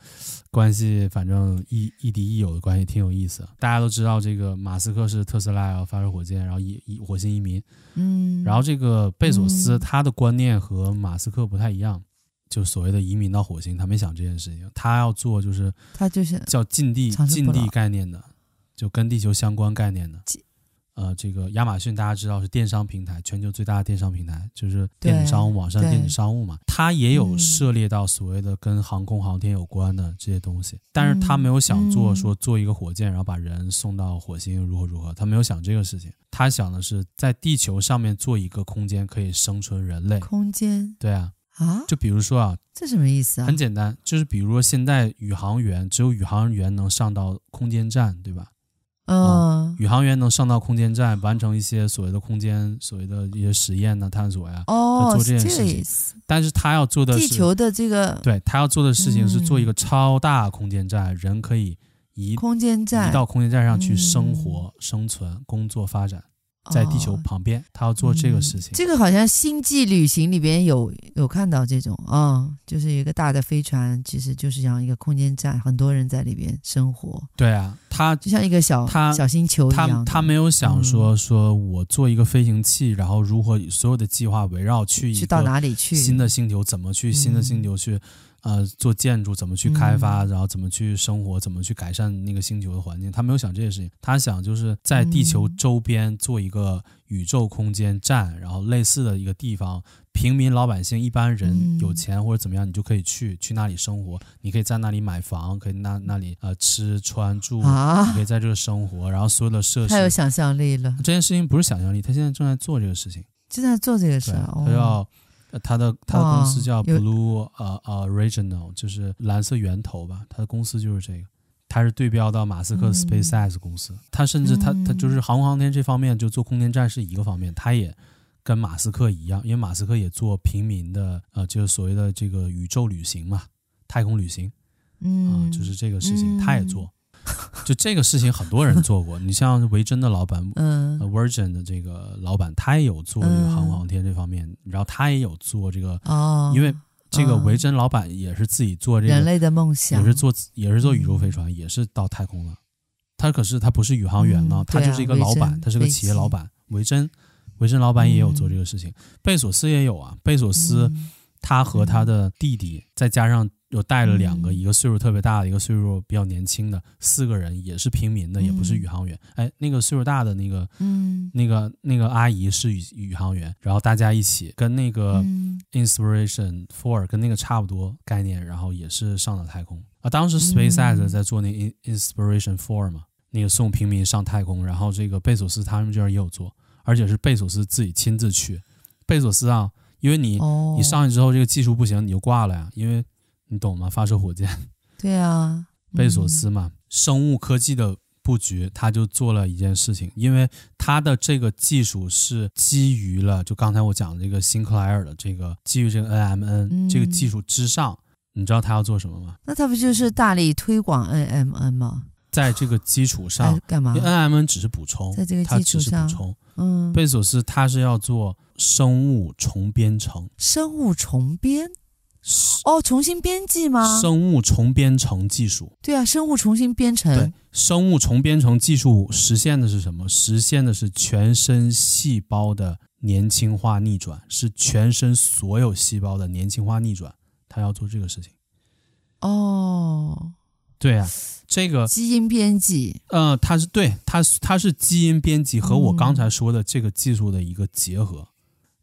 Speaker 1: 关系，反正亦亦敌亦友的关系，挺有意思。大家都知道，这个马斯克是特斯拉要发射火箭，然后移移火星移民，
Speaker 2: 嗯，
Speaker 1: 然后这个贝索斯
Speaker 2: 嗯
Speaker 1: 他的观念和马斯克不太一样，就所谓的移民到火星，他没想这件事情，他要做就是
Speaker 2: 他就是
Speaker 1: 叫近地
Speaker 2: 长生
Speaker 1: 近
Speaker 2: 不老
Speaker 1: 地概念的，就跟地球相关概念的
Speaker 2: 近。
Speaker 1: 呃，这个亚马逊大家知道是电商平台，全球最大的电商平台，就是
Speaker 2: 对
Speaker 1: 电子商务网上
Speaker 2: 对
Speaker 1: 电子商务嘛，它也有
Speaker 2: 嗯
Speaker 1: 涉猎到所谓的跟航空航天有关的这些东西，但是他没有想做
Speaker 2: 嗯
Speaker 1: 说做一个火箭，然后把人送到火星如何如何，他没有想这个事情，他想的是在地球上面做一个空间可以生存人类。
Speaker 2: 空间
Speaker 1: 对啊，
Speaker 2: 啊，
Speaker 1: 就比如说啊，
Speaker 2: 这什么意思啊
Speaker 1: 很？简单，就是比如说现在宇航员只有宇航员能上到空间站，对吧？
Speaker 2: 嗯，
Speaker 1: 宇航员能上到空间站，完成一些所谓的空间所谓的一些实验呐、探索呀。
Speaker 2: 哦，
Speaker 1: 做这件
Speaker 2: 是这
Speaker 1: 事
Speaker 2: 个
Speaker 1: 情
Speaker 2: 意思。
Speaker 1: 但是他要做的
Speaker 2: 地
Speaker 1: 是，
Speaker 2: 球的这个
Speaker 1: 对他要做的事情是
Speaker 2: 嗯
Speaker 1: 做一个超大空间站，人可以移
Speaker 2: 空间站嗯
Speaker 1: 移到空间站上去生活、生存、工作、发展，在地球
Speaker 2: 哦
Speaker 1: 旁边，他要做这个事情。
Speaker 2: 嗯这个好像《星际旅行》里边有有看到这种啊、就是有一个大的飞船，其实就是像一个空间站，很多人在里边生活，
Speaker 1: 对啊，他
Speaker 2: 就像一个小
Speaker 1: 它
Speaker 2: 小星球一样
Speaker 1: 他
Speaker 2: 的。嗯
Speaker 1: 他没有想说、说我做一个飞行器，然后如何以所有的计划围绕去一
Speaker 2: 去
Speaker 1: 个
Speaker 2: 到哪里去？
Speaker 1: 新的星球，怎么去新的星球
Speaker 2: 嗯
Speaker 1: 去、呃做建筑，怎么去开发，然后怎么去生活，怎么去改善那个星球的环境。他没有想这些事情，他想就是在地球
Speaker 2: 嗯
Speaker 1: 周边做一个宇宙空间站，然后类似的一个地方，平民老百姓一般人
Speaker 2: 嗯
Speaker 1: 有钱或者怎么样，你就可以去去那里生活，你可以在那里买房，可以那那里呃吃穿住。你
Speaker 2: 嗯啊
Speaker 1: 可，以在这个生活，然后所有的设施
Speaker 2: 太有想象力了，
Speaker 1: 这件事情不是想象力，他现在正在做这个事情，
Speaker 2: 就在做这个事
Speaker 1: 对，
Speaker 2: 儿。
Speaker 1: 他
Speaker 2: 哦，
Speaker 1: 要。呃他的他的公司叫
Speaker 2: 有
Speaker 1: Blue 呃呃 Original，就是蓝色源头吧。他的公司就是这个，他是对标到马斯克
Speaker 2: 嗯
Speaker 1: SpaceX 公司。他甚至他他就是航空航天这方面，就做空间站是一个方面，他也跟马斯克一样，因为马斯克也做平民的呃，就是所谓的这个宇宙旅行嘛，太空旅行。啊
Speaker 2: 嗯，，
Speaker 1: 就是这个事情
Speaker 2: 嗯
Speaker 1: 他也做， 就这个事情很多人做过。你像维珍的老板呃
Speaker 2: 嗯
Speaker 1: Virgin 的这个老板，他也有做这个
Speaker 2: 嗯
Speaker 1: 航空航天这方面，然后他也有做这个，
Speaker 2: 哦，
Speaker 1: 因为这个
Speaker 2: 嗯
Speaker 1: 维珍老板也是自己做这
Speaker 2: 人
Speaker 1: 个，
Speaker 2: 类嗯的梦
Speaker 1: 也
Speaker 2: 想
Speaker 1: 是做也是做宇宙飞船，也是到太空了。他可是他不是宇航员呢
Speaker 2: 嗯，
Speaker 1: 他
Speaker 2: 对啊
Speaker 1: 就是一个老
Speaker 2: 维
Speaker 1: 板，
Speaker 2: 珍
Speaker 1: 他是个
Speaker 2: 飞
Speaker 1: 企业
Speaker 2: 机
Speaker 1: 老板。维珍，维珍老板也有做
Speaker 2: 嗯
Speaker 1: 这个事情，贝索斯也有啊，贝索斯。
Speaker 2: 嗯
Speaker 1: 他和他的弟弟，再加上又带了两个，
Speaker 2: 嗯
Speaker 1: 一个岁数特别大的，一个岁数比较年轻的，四个人也是平民的，
Speaker 2: 嗯
Speaker 1: 也不是宇航员。哎，那个岁数大的那个
Speaker 2: 嗯
Speaker 1: 那个那个阿姨是宇宇航员，然后大家一起跟那个
Speaker 2: 嗯
Speaker 1: Inspiration Four 跟那个差不多概念，然后也是上了太空啊。当时
Speaker 2: 嗯
Speaker 1: SpaceX 在做那 In- Inspiration Four 嘛，那个送平民上太空，然后这个贝索斯他们这儿也有做，而且是贝索斯自己亲自去。贝索斯啊，因为你
Speaker 2: 哦，
Speaker 1: 你上去之后这个技术不行，你就挂了呀，因为你懂吗？发射火箭，
Speaker 2: 对啊，
Speaker 1: 贝索
Speaker 2: 嗯
Speaker 1: 斯嘛，生物科技的布局，他就做了一件事情，因为他的这个技术是基于了就刚才我讲的这个辛克莱尔的这个基于这个 NMN、
Speaker 2: 嗯
Speaker 1: 这个技术之上，你知道他要做什么吗？
Speaker 2: 那他不就是大力推广 NMN 吗？
Speaker 1: 在这个基础
Speaker 2: 还
Speaker 1: 上
Speaker 2: 是，干嘛
Speaker 1: 因为？NMN 只是补充，
Speaker 2: 哎在这个
Speaker 1: 它
Speaker 2: 基
Speaker 1: 只
Speaker 2: 础
Speaker 1: 是
Speaker 2: 上
Speaker 1: 补，充。
Speaker 2: 嗯，
Speaker 1: 贝索斯他是要做生物重编程，
Speaker 2: 生物重编哦，重新编辑吗？
Speaker 1: 生物重编程技术。
Speaker 2: 对啊，生物重新编
Speaker 1: 对
Speaker 2: 程，，
Speaker 1: 生物重编程技术实现的是什么？实现的是全身细胞的年轻化逆转，是全身所有细胞的年轻化逆转。他要做这个事情。
Speaker 2: 哦，
Speaker 1: 对啊，这个
Speaker 2: 基因编辑，
Speaker 1: 呃，它是对它是它是基因编辑和我
Speaker 2: 嗯
Speaker 1: 刚才说的这个技术的一个结合。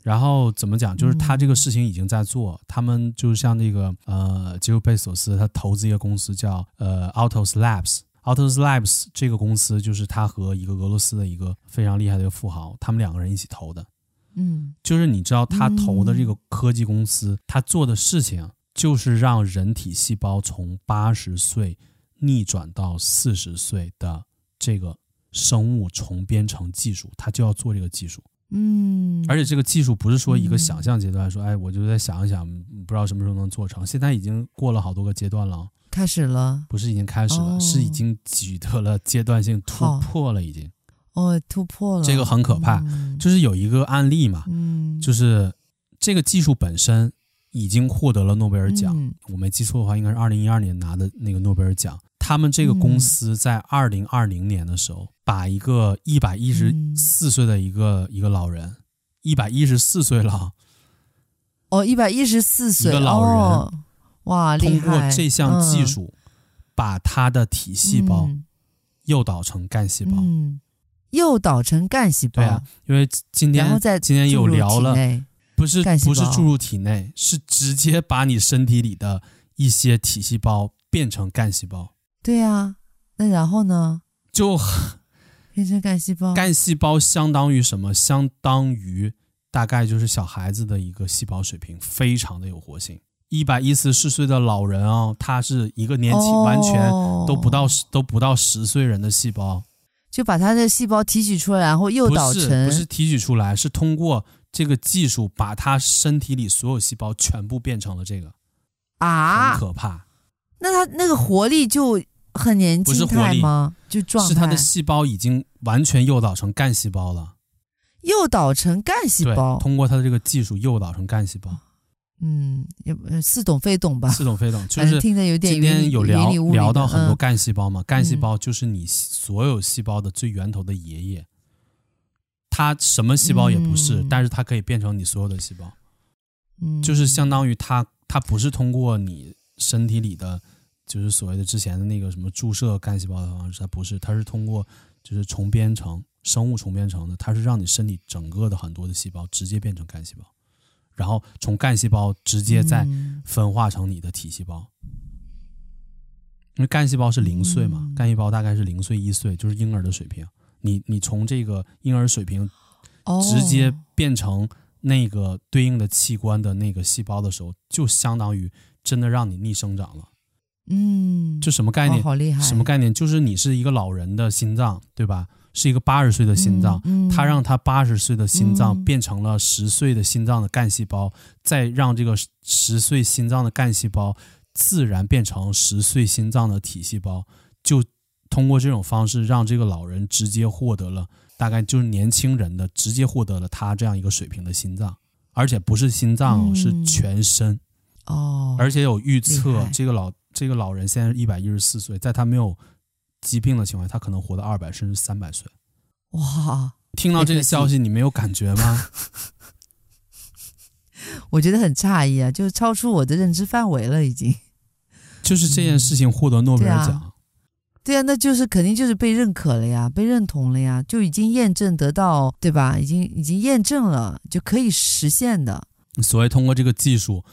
Speaker 1: 然后怎么讲？就是他这个事情已经在做，他们就是像那个呃，杰夫贝索斯他投资一个公司叫呃 Autos Labs。Autos Labs 这个公司就是他和一个俄罗斯的一个非常厉害的一个富豪，他们两个人一起投的。
Speaker 2: 嗯，
Speaker 1: 就是你知道他投的这个科技公司，他做的事情就是让人体细胞从八十岁逆转到四十岁的这个生物重编程技术，他就要做这个技术。
Speaker 2: 嗯，
Speaker 1: 而且这个技术不是说一个
Speaker 2: 嗯
Speaker 1: 想象阶段，说哎，我就再想一想，嗯不知道什么时候能做成。现在已经过了好多个阶段了，
Speaker 2: 开始了，
Speaker 1: 不是已经开始了，
Speaker 2: 哦
Speaker 1: 是已经取得了阶段性突
Speaker 2: 好
Speaker 1: 破了，已经。
Speaker 2: 哦，突破了，
Speaker 1: 这个很可怕
Speaker 2: 嗯、
Speaker 1: 就是有一个案例嘛，
Speaker 2: 嗯，
Speaker 1: 就是这个技术本身已经获得了诺贝尔奖，
Speaker 2: 嗯
Speaker 1: 我没记错的话，应该是二零一二年拿的那个诺贝尔奖。他们这个
Speaker 2: 嗯
Speaker 1: 公司在二零二零年的时候，把一个一百一十四
Speaker 2: 嗯
Speaker 1: 岁的一个、一个老人，一百一十四岁
Speaker 2: 啊
Speaker 1: 了，
Speaker 2: 哦，一百一十四岁
Speaker 1: 一个老人
Speaker 2: 哦、哇，厉
Speaker 1: 通
Speaker 2: 害！
Speaker 1: 过这项技
Speaker 2: 嗯
Speaker 1: 术，把他的体细胞
Speaker 2: 嗯
Speaker 1: 诱导成干细胞。
Speaker 2: 嗯，诱导成干细胞，
Speaker 1: 对啊，因为今
Speaker 2: 然后
Speaker 1: 天
Speaker 2: 再
Speaker 1: 今天有
Speaker 2: 注入
Speaker 1: 聊
Speaker 2: 体
Speaker 1: 了，
Speaker 2: 内
Speaker 1: 不是
Speaker 2: 干细
Speaker 1: 不是
Speaker 2: 胞
Speaker 1: 注入体内，是直接把你身体里的一些体细胞变成干细胞，
Speaker 2: 对啊，那然后呢？
Speaker 1: 就
Speaker 2: 变成干细胞，
Speaker 1: 干细胞相当于什么？相当于大概就是小孩子的一个细胞水平，非常的有活性。一百一十四岁的老人啊、他是一个年轻，
Speaker 2: 哦
Speaker 1: 完全都不到十都不到十岁人的细胞，
Speaker 2: 就把它的细胞提取出来，然后诱
Speaker 1: 不
Speaker 2: 导
Speaker 1: 是
Speaker 2: 成
Speaker 1: 不是提取出来，是通过这个技术把他身体里所有细胞全部变成了这个，很
Speaker 2: 啊？
Speaker 1: 可怕。
Speaker 2: 那它那个活力就很年
Speaker 1: 不是
Speaker 2: 轻
Speaker 1: 活
Speaker 2: 态
Speaker 1: 力
Speaker 2: 吗？就状态
Speaker 1: 是他的细胞已经完全诱导成干细胞了，
Speaker 2: 诱导成干细
Speaker 1: 对
Speaker 2: 胞，，
Speaker 1: 通过他的这个技术诱导成干细胞，
Speaker 2: 嗯，也呃似懂非懂吧，
Speaker 1: 似懂非懂，就
Speaker 2: 反正
Speaker 1: 是
Speaker 2: 听着有点
Speaker 1: 今
Speaker 2: 云里
Speaker 1: 天有聊
Speaker 2: 云里雾里
Speaker 1: 聊到
Speaker 2: 的
Speaker 1: 很多
Speaker 2: 嗯
Speaker 1: 干细胞嘛，干细胞就是你所有细胞的最源头的爷爷，它什么细胞也不是，
Speaker 2: 嗯
Speaker 1: 但是它可以变成你所有的细胞，
Speaker 2: 嗯
Speaker 1: 就是相当于它它不是通过你身体里的就是所谓的之前的那个什么注射干细胞的方式，它不是，它是通过就是重编程生物重编程的，它是让你身体整个的很多的细胞直接变成干细胞，然后从干细胞直接再
Speaker 2: 嗯
Speaker 1: 分化成你的体细胞。因为干细胞是零岁嘛，
Speaker 2: 嗯
Speaker 1: 干细胞大概是零岁一岁，就是婴儿的水平。你你从这个婴儿水平
Speaker 2: 哦
Speaker 1: 直接变成那个对应的器官的那个细胞的时候，就相当于真的让你逆生长了。
Speaker 2: 嗯，
Speaker 1: 就什么概
Speaker 2: 哇
Speaker 1: 念？
Speaker 2: 好厉害，
Speaker 1: 什么概念？就是你是一个老人的心脏，对吧？是一个八十岁的心脏，
Speaker 2: 嗯，嗯
Speaker 1: 他让他八十岁的心脏
Speaker 2: 嗯
Speaker 1: 变成了十岁的心脏的干细胞，再让这个十岁心脏的干细胞自然变成十岁心脏的体细胞，就通过这种方式让这个老人直接获得了，大概就是年轻人的直接获得了他这样一个水平的心脏，而且不是心脏哦，
Speaker 2: 嗯
Speaker 1: 是全身，
Speaker 2: 哦，
Speaker 1: 而且有预测
Speaker 2: 厉害，
Speaker 1: 这个老这个老人现在是一百一十四岁，在他没有疾病的情况下，他可能活到二百甚至三百岁。
Speaker 2: 哇，
Speaker 1: 听到这个消息，你没有感觉吗？
Speaker 2: 我觉得很诧异啊，就是超出我的认知范围了，已经。
Speaker 1: 就是这件事情获得诺贝尔
Speaker 2: 对
Speaker 1: 奖
Speaker 2: 啊，对啊，那就是肯定就是被认可了呀，被认同了呀，就已经验证得到，对吧？已经已经验证了，就可以实现的。
Speaker 1: 所谓通过这个技术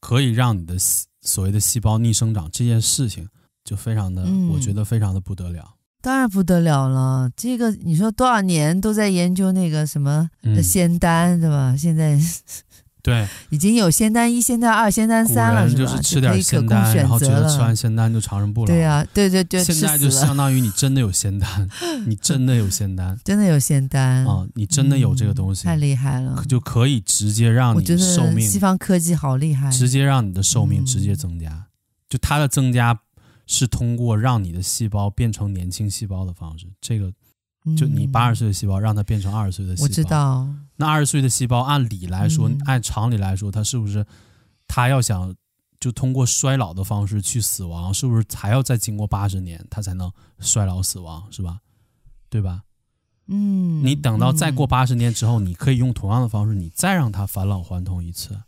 Speaker 1: 可以让你的细所谓的细胞逆生长这件事情，就非常的，
Speaker 2: 嗯
Speaker 1: 我觉得非常的不得了。
Speaker 2: 当然不得了了，这个你说多少年都在研究那个什么
Speaker 1: 嗯
Speaker 2: 仙丹，对吧？现在
Speaker 1: 对，
Speaker 2: 已经有仙丹一、仙丹二、仙丹
Speaker 1: 古
Speaker 2: 三了，
Speaker 1: 人就是
Speaker 2: 吧？
Speaker 1: 吃
Speaker 2: 可
Speaker 1: 点
Speaker 2: 以可
Speaker 1: 仙
Speaker 2: 供
Speaker 1: 丹，
Speaker 2: 选
Speaker 1: 然后觉
Speaker 2: 择
Speaker 1: 得吃完
Speaker 2: 了。
Speaker 1: 仙丹就长生不老。
Speaker 2: 对啊，对对对，
Speaker 1: 现在
Speaker 2: 吃
Speaker 1: 就
Speaker 2: 死了
Speaker 1: 相当于你真的有仙 丹，你真的有仙丹
Speaker 2: 真的有仙丹
Speaker 1: 啊，你真的有这个东西，
Speaker 2: 太厉害了
Speaker 1: 可！就可以直接让
Speaker 2: 我
Speaker 1: 你
Speaker 2: 觉
Speaker 1: 寿
Speaker 2: 得
Speaker 1: 命
Speaker 2: 西方科技好厉害，
Speaker 1: 直接让你的寿命直接
Speaker 2: 嗯
Speaker 1: 增加，就它的增加是通过让你的细胞变成年轻细胞的方式。这个就你
Speaker 2: 嗯
Speaker 1: 八十岁的细胞让它变成二十岁的细胞，
Speaker 2: 我知道，
Speaker 1: 那二十岁的细胞按理来说，
Speaker 2: 嗯
Speaker 1: 按常理来说，它是不是它要想就通过衰老的方式去死亡，是不是还要再经过八十年，它才能衰老死亡，是吧？对吧？
Speaker 2: 嗯，
Speaker 1: 你等到再过
Speaker 2: 嗯
Speaker 1: 八十年之后，你可以用同样的方式，你再让它返老还童一次，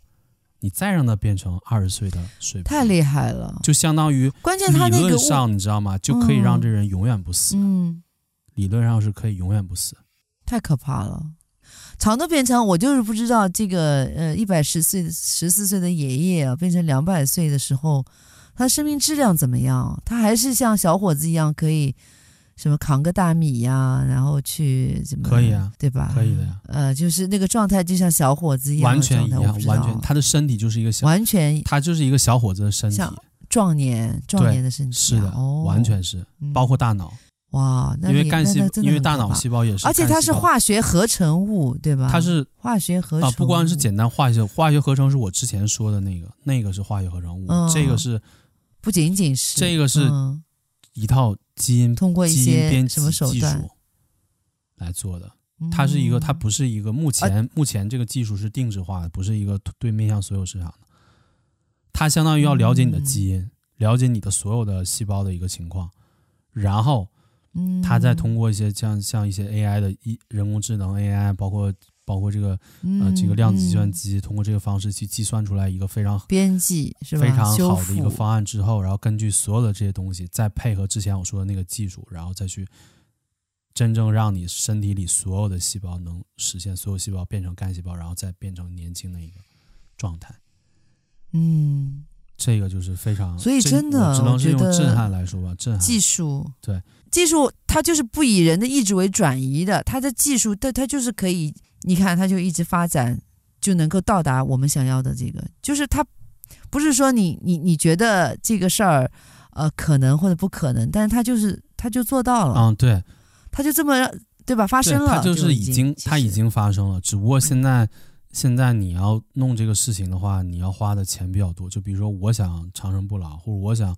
Speaker 1: 你再让它变成二十岁的水平，
Speaker 2: 太厉害了，
Speaker 1: 就相当于
Speaker 2: 关键他
Speaker 1: 理
Speaker 2: 那个
Speaker 1: 论
Speaker 2: 物
Speaker 1: 上你知道吗？就可以让
Speaker 2: 嗯
Speaker 1: 这人永远不死，
Speaker 2: 嗯，
Speaker 1: 理论上是可以永远不死。
Speaker 2: 太可怕了。肠都变成，我就是不知道这个呃，一百十岁十四岁的爷爷啊，变成两百岁的时候，他的生命质量怎么样？他还是像小伙子一样可以什么扛个大米呀、然后去怎么
Speaker 1: 可以啊，
Speaker 2: 对吧？
Speaker 1: 可以的呀
Speaker 2: 呃，就是那个状态就像小伙子一样
Speaker 1: 完
Speaker 2: 的状
Speaker 1: 全一
Speaker 2: 态，
Speaker 1: 样
Speaker 2: 我不，知道
Speaker 1: 完全他的身体就是一个小，
Speaker 2: 完全
Speaker 1: 他就是一个小伙子的身体，
Speaker 2: 像壮年壮
Speaker 1: 对
Speaker 2: 年的身体啊、
Speaker 1: 是的，
Speaker 2: 哦、
Speaker 1: 完全是，包括大脑，
Speaker 2: 嗯哇，那
Speaker 1: 因为
Speaker 2: 你
Speaker 1: 干
Speaker 2: 那
Speaker 1: 细
Speaker 2: 那，真的
Speaker 1: 因为
Speaker 2: 很
Speaker 1: 大
Speaker 2: 可
Speaker 1: 脑
Speaker 2: 怕
Speaker 1: 细胞也是，
Speaker 2: 而且它是，化学合成物，对吧？
Speaker 1: 它是
Speaker 2: 化学合成
Speaker 1: 啊
Speaker 2: 物，，
Speaker 1: 不光是简单化学，化学合成是我之前说的那个，那个是化学合成物，
Speaker 2: 嗯
Speaker 1: 这个是
Speaker 2: 不仅仅是
Speaker 1: 这个是
Speaker 2: 嗯
Speaker 1: 一套基因
Speaker 2: 通过一
Speaker 1: 基因
Speaker 2: 些
Speaker 1: 编
Speaker 2: 什么
Speaker 1: 辑
Speaker 2: 手
Speaker 1: 技
Speaker 2: 段嗯
Speaker 1: 术，来做的。它是一个，它不是一个目前、
Speaker 2: 啊
Speaker 1: 目前这个技术是定制化的，不是一个对面向所有市场的。它相当于要了解你的基因，了解你的所有的细胞的一个情况，然后
Speaker 2: 嗯，
Speaker 1: 它再通过一些像像一些 AI 的一人工智能 AI，包括包括这个呃这个量子计算
Speaker 2: 嗯
Speaker 1: 机，通过这个方式去计算出来一个非常
Speaker 2: 编辑是吧？
Speaker 1: 非常
Speaker 2: 修
Speaker 1: 好的
Speaker 2: 复
Speaker 1: 一个方案之后，然后根据所有的这些东西，再配合之前我说的那个技术，然后再去真正让你身体里所有的细胞能实现所有细胞变成干细胞，然后再变成年轻的一个状态。
Speaker 2: 嗯，
Speaker 1: 这个就是非常，
Speaker 2: 所以
Speaker 1: 这
Speaker 2: 真的
Speaker 1: 我只能是
Speaker 2: 我觉
Speaker 1: 用
Speaker 2: 得
Speaker 1: 震撼来说吧，震撼。
Speaker 2: 技术
Speaker 1: 嗯对
Speaker 2: 技术，它就是不以人的意志为转移的，它的技术，它它就是可以，你看它就一直发展，就能够到达我们想要的这个，就是它不是说你你你觉得这个事儿，呃，可能或者不可能，但是它就是它就做到了，
Speaker 1: 嗯，对，
Speaker 2: 它就这么让对吧？发
Speaker 1: 对，
Speaker 2: 生了，
Speaker 1: 它就是已
Speaker 2: 经
Speaker 1: 经，它已
Speaker 2: 其实嗯
Speaker 1: 经发生了，只不过现在。现在你要弄这个事情的话，你要花的钱比较多。就比如说，我想长生不老，或者我想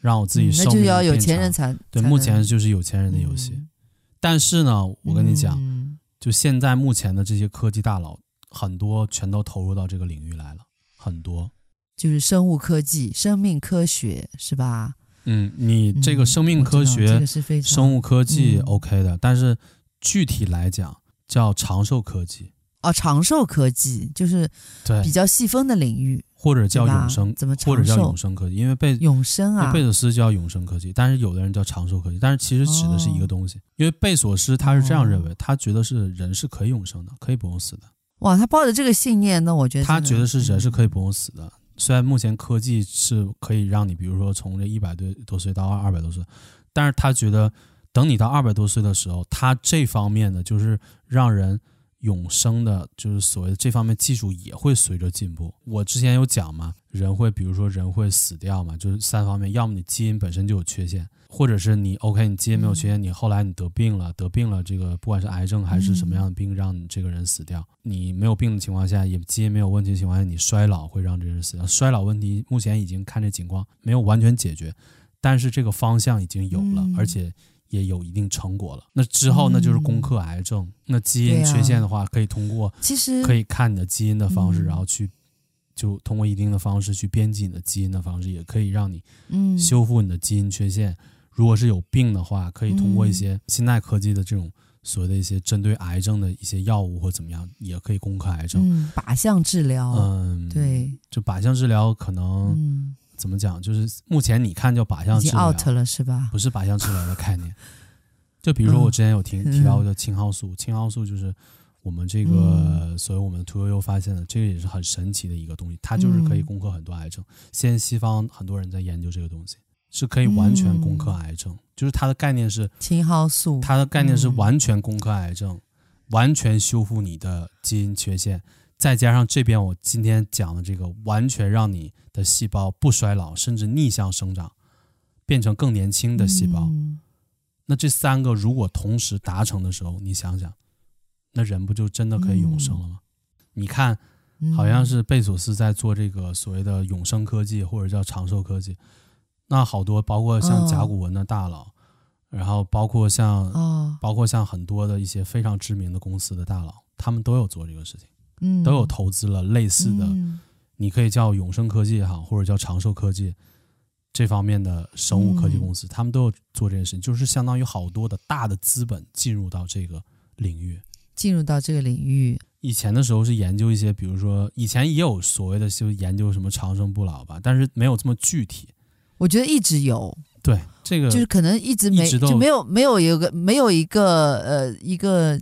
Speaker 1: 让我自己
Speaker 2: 嗯那
Speaker 1: 寿
Speaker 2: 就
Speaker 1: 命
Speaker 2: 要有
Speaker 1: 变
Speaker 2: 钱
Speaker 1: 长
Speaker 2: 人才
Speaker 1: 对，
Speaker 2: 才
Speaker 1: 目
Speaker 2: 能
Speaker 1: 前就是有钱人的游戏。
Speaker 2: 嗯
Speaker 1: 但是呢，我跟你讲，
Speaker 2: 嗯
Speaker 1: 就现在目前的这些科技大佬，很多全都投入到这个领域来了，很多。
Speaker 2: 就是生物科技、生命科学是吧？
Speaker 1: 嗯，你这个
Speaker 2: 嗯
Speaker 1: 生命
Speaker 2: 我知
Speaker 1: 科
Speaker 2: 道
Speaker 1: 学、
Speaker 2: 这个是非常
Speaker 1: 生物科技
Speaker 2: 嗯
Speaker 1: OK 的，但是具体来讲叫长寿科技，
Speaker 2: 哦，长寿科技就是
Speaker 1: 对
Speaker 2: 比，较细分的领域，
Speaker 1: 或者叫
Speaker 2: 对吧
Speaker 1: 永生，
Speaker 2: 怎么长
Speaker 1: 或者叫
Speaker 2: 寿
Speaker 1: 永生科技，因为贝
Speaker 2: 永生
Speaker 1: 因为
Speaker 2: 啊，
Speaker 1: 贝索斯叫永生科技，但是有的人叫长寿科技，但是其实指的是一个
Speaker 2: 哦
Speaker 1: 东西。因为贝索斯他是这样认为，
Speaker 2: 哦
Speaker 1: 他觉得是人是可以永生的，可以不用死的。
Speaker 2: 哇，他抱着这个信念，那我觉得
Speaker 1: 他
Speaker 2: 真的
Speaker 1: 觉得是人是可以不用死的。虽然目前科技是可以让你，比如说从这一百多多岁到二百多岁，但是他觉得等你到二百多岁的时候，他这方面的就是让人永生的，就是所谓的这方面技术也会随着进步。我之前有讲嘛，人会比如说人会死掉嘛，就是三方面，要么你基因本身就有缺陷，或者是你 OK 你基因没
Speaker 2: 嗯
Speaker 1: 有缺陷，你后来你得病了，得病了这个不管是癌症还是什么
Speaker 2: 嗯
Speaker 1: 样的病，让你这个人死掉。你没有病的情况下，也基因没有问题的情况下，你衰老会让这个人死掉。衰老问题目前已经看这情况没有完全解决，但是这个方向已经有了，
Speaker 2: 嗯
Speaker 1: 而且。也有一定成果了，那之后那就是攻克癌症。那基因
Speaker 2: 对啊
Speaker 1: 缺陷的话，可以通过
Speaker 2: 其实
Speaker 1: 可以看你的基因的方式，
Speaker 2: 嗯
Speaker 1: 然后去就通过一定的方式去编辑你的基因的方式，也可以让你
Speaker 2: 嗯
Speaker 1: 修复你的基因缺陷。如果是有病的话，可以通过一
Speaker 2: 嗯
Speaker 1: 些现代科技的这种所谓的一些针对癌症的一些药物或怎么样，也可以攻克癌症。
Speaker 2: 嗯靶向治疗，
Speaker 1: 嗯，，
Speaker 2: 对，
Speaker 1: 就靶向治疗可能、
Speaker 2: 嗯，
Speaker 1: 怎么讲，就是目前你看叫靶向
Speaker 2: 已
Speaker 1: 治
Speaker 2: 经
Speaker 1: 疗，
Speaker 2: out 了是吧？
Speaker 1: 不是靶向治疗的概念。 就比如说
Speaker 2: 嗯
Speaker 1: 我之前有提
Speaker 2: 嗯
Speaker 1: 提到过的青蒿素，青蒿素就是我们这
Speaker 2: 嗯
Speaker 1: 个所谓我们屠呦呦发现的，这个也是很神奇的一个东西，它就是可以
Speaker 2: 嗯
Speaker 1: 攻克很多癌症。现在西方很多人在研究这个东西，是可以完全攻
Speaker 2: 嗯
Speaker 1: 克癌症，就是它的概念是
Speaker 2: 青蒿素，
Speaker 1: 它的概念是
Speaker 2: 嗯
Speaker 1: 完全攻克癌症，完全修复你的基因缺陷，再加上这边我今天讲的这个，完全让你的细胞不衰老，甚至逆向生长，变成更年轻的细胞。
Speaker 2: 嗯
Speaker 1: 那这三个如果同时达成的时候，你想想，那人不就真的可以永生了
Speaker 2: 嗯
Speaker 1: 吗？你看，好像是贝索斯在做这个所谓的永生科技，或者叫长寿科技。那好多，包括像
Speaker 2: 哦
Speaker 1: 甲骨文的大佬，然后包括像、
Speaker 2: 哦，
Speaker 1: 包括像很多的一些非常知名的公司的大佬，他们都有做这个事情，
Speaker 2: 嗯，
Speaker 1: 都有投资了类似的，
Speaker 2: 嗯
Speaker 1: 你可以叫永生科技也好，或者叫长寿科技这方面的生物科技公
Speaker 2: 嗯
Speaker 1: 司，他们都有做这件事情，就是相当于好多的大的资本进入到这个领域。
Speaker 2: 进入到这个领域，
Speaker 1: 以前的时候是研究一些，比如说以前也有所谓的就研究什么长生不老吧，但是没有这么具体。
Speaker 2: 我觉得一直有，
Speaker 1: 对这个，
Speaker 2: 就是可能一直没
Speaker 1: 一直都
Speaker 2: 就没有没有一个没有一个呃一个呃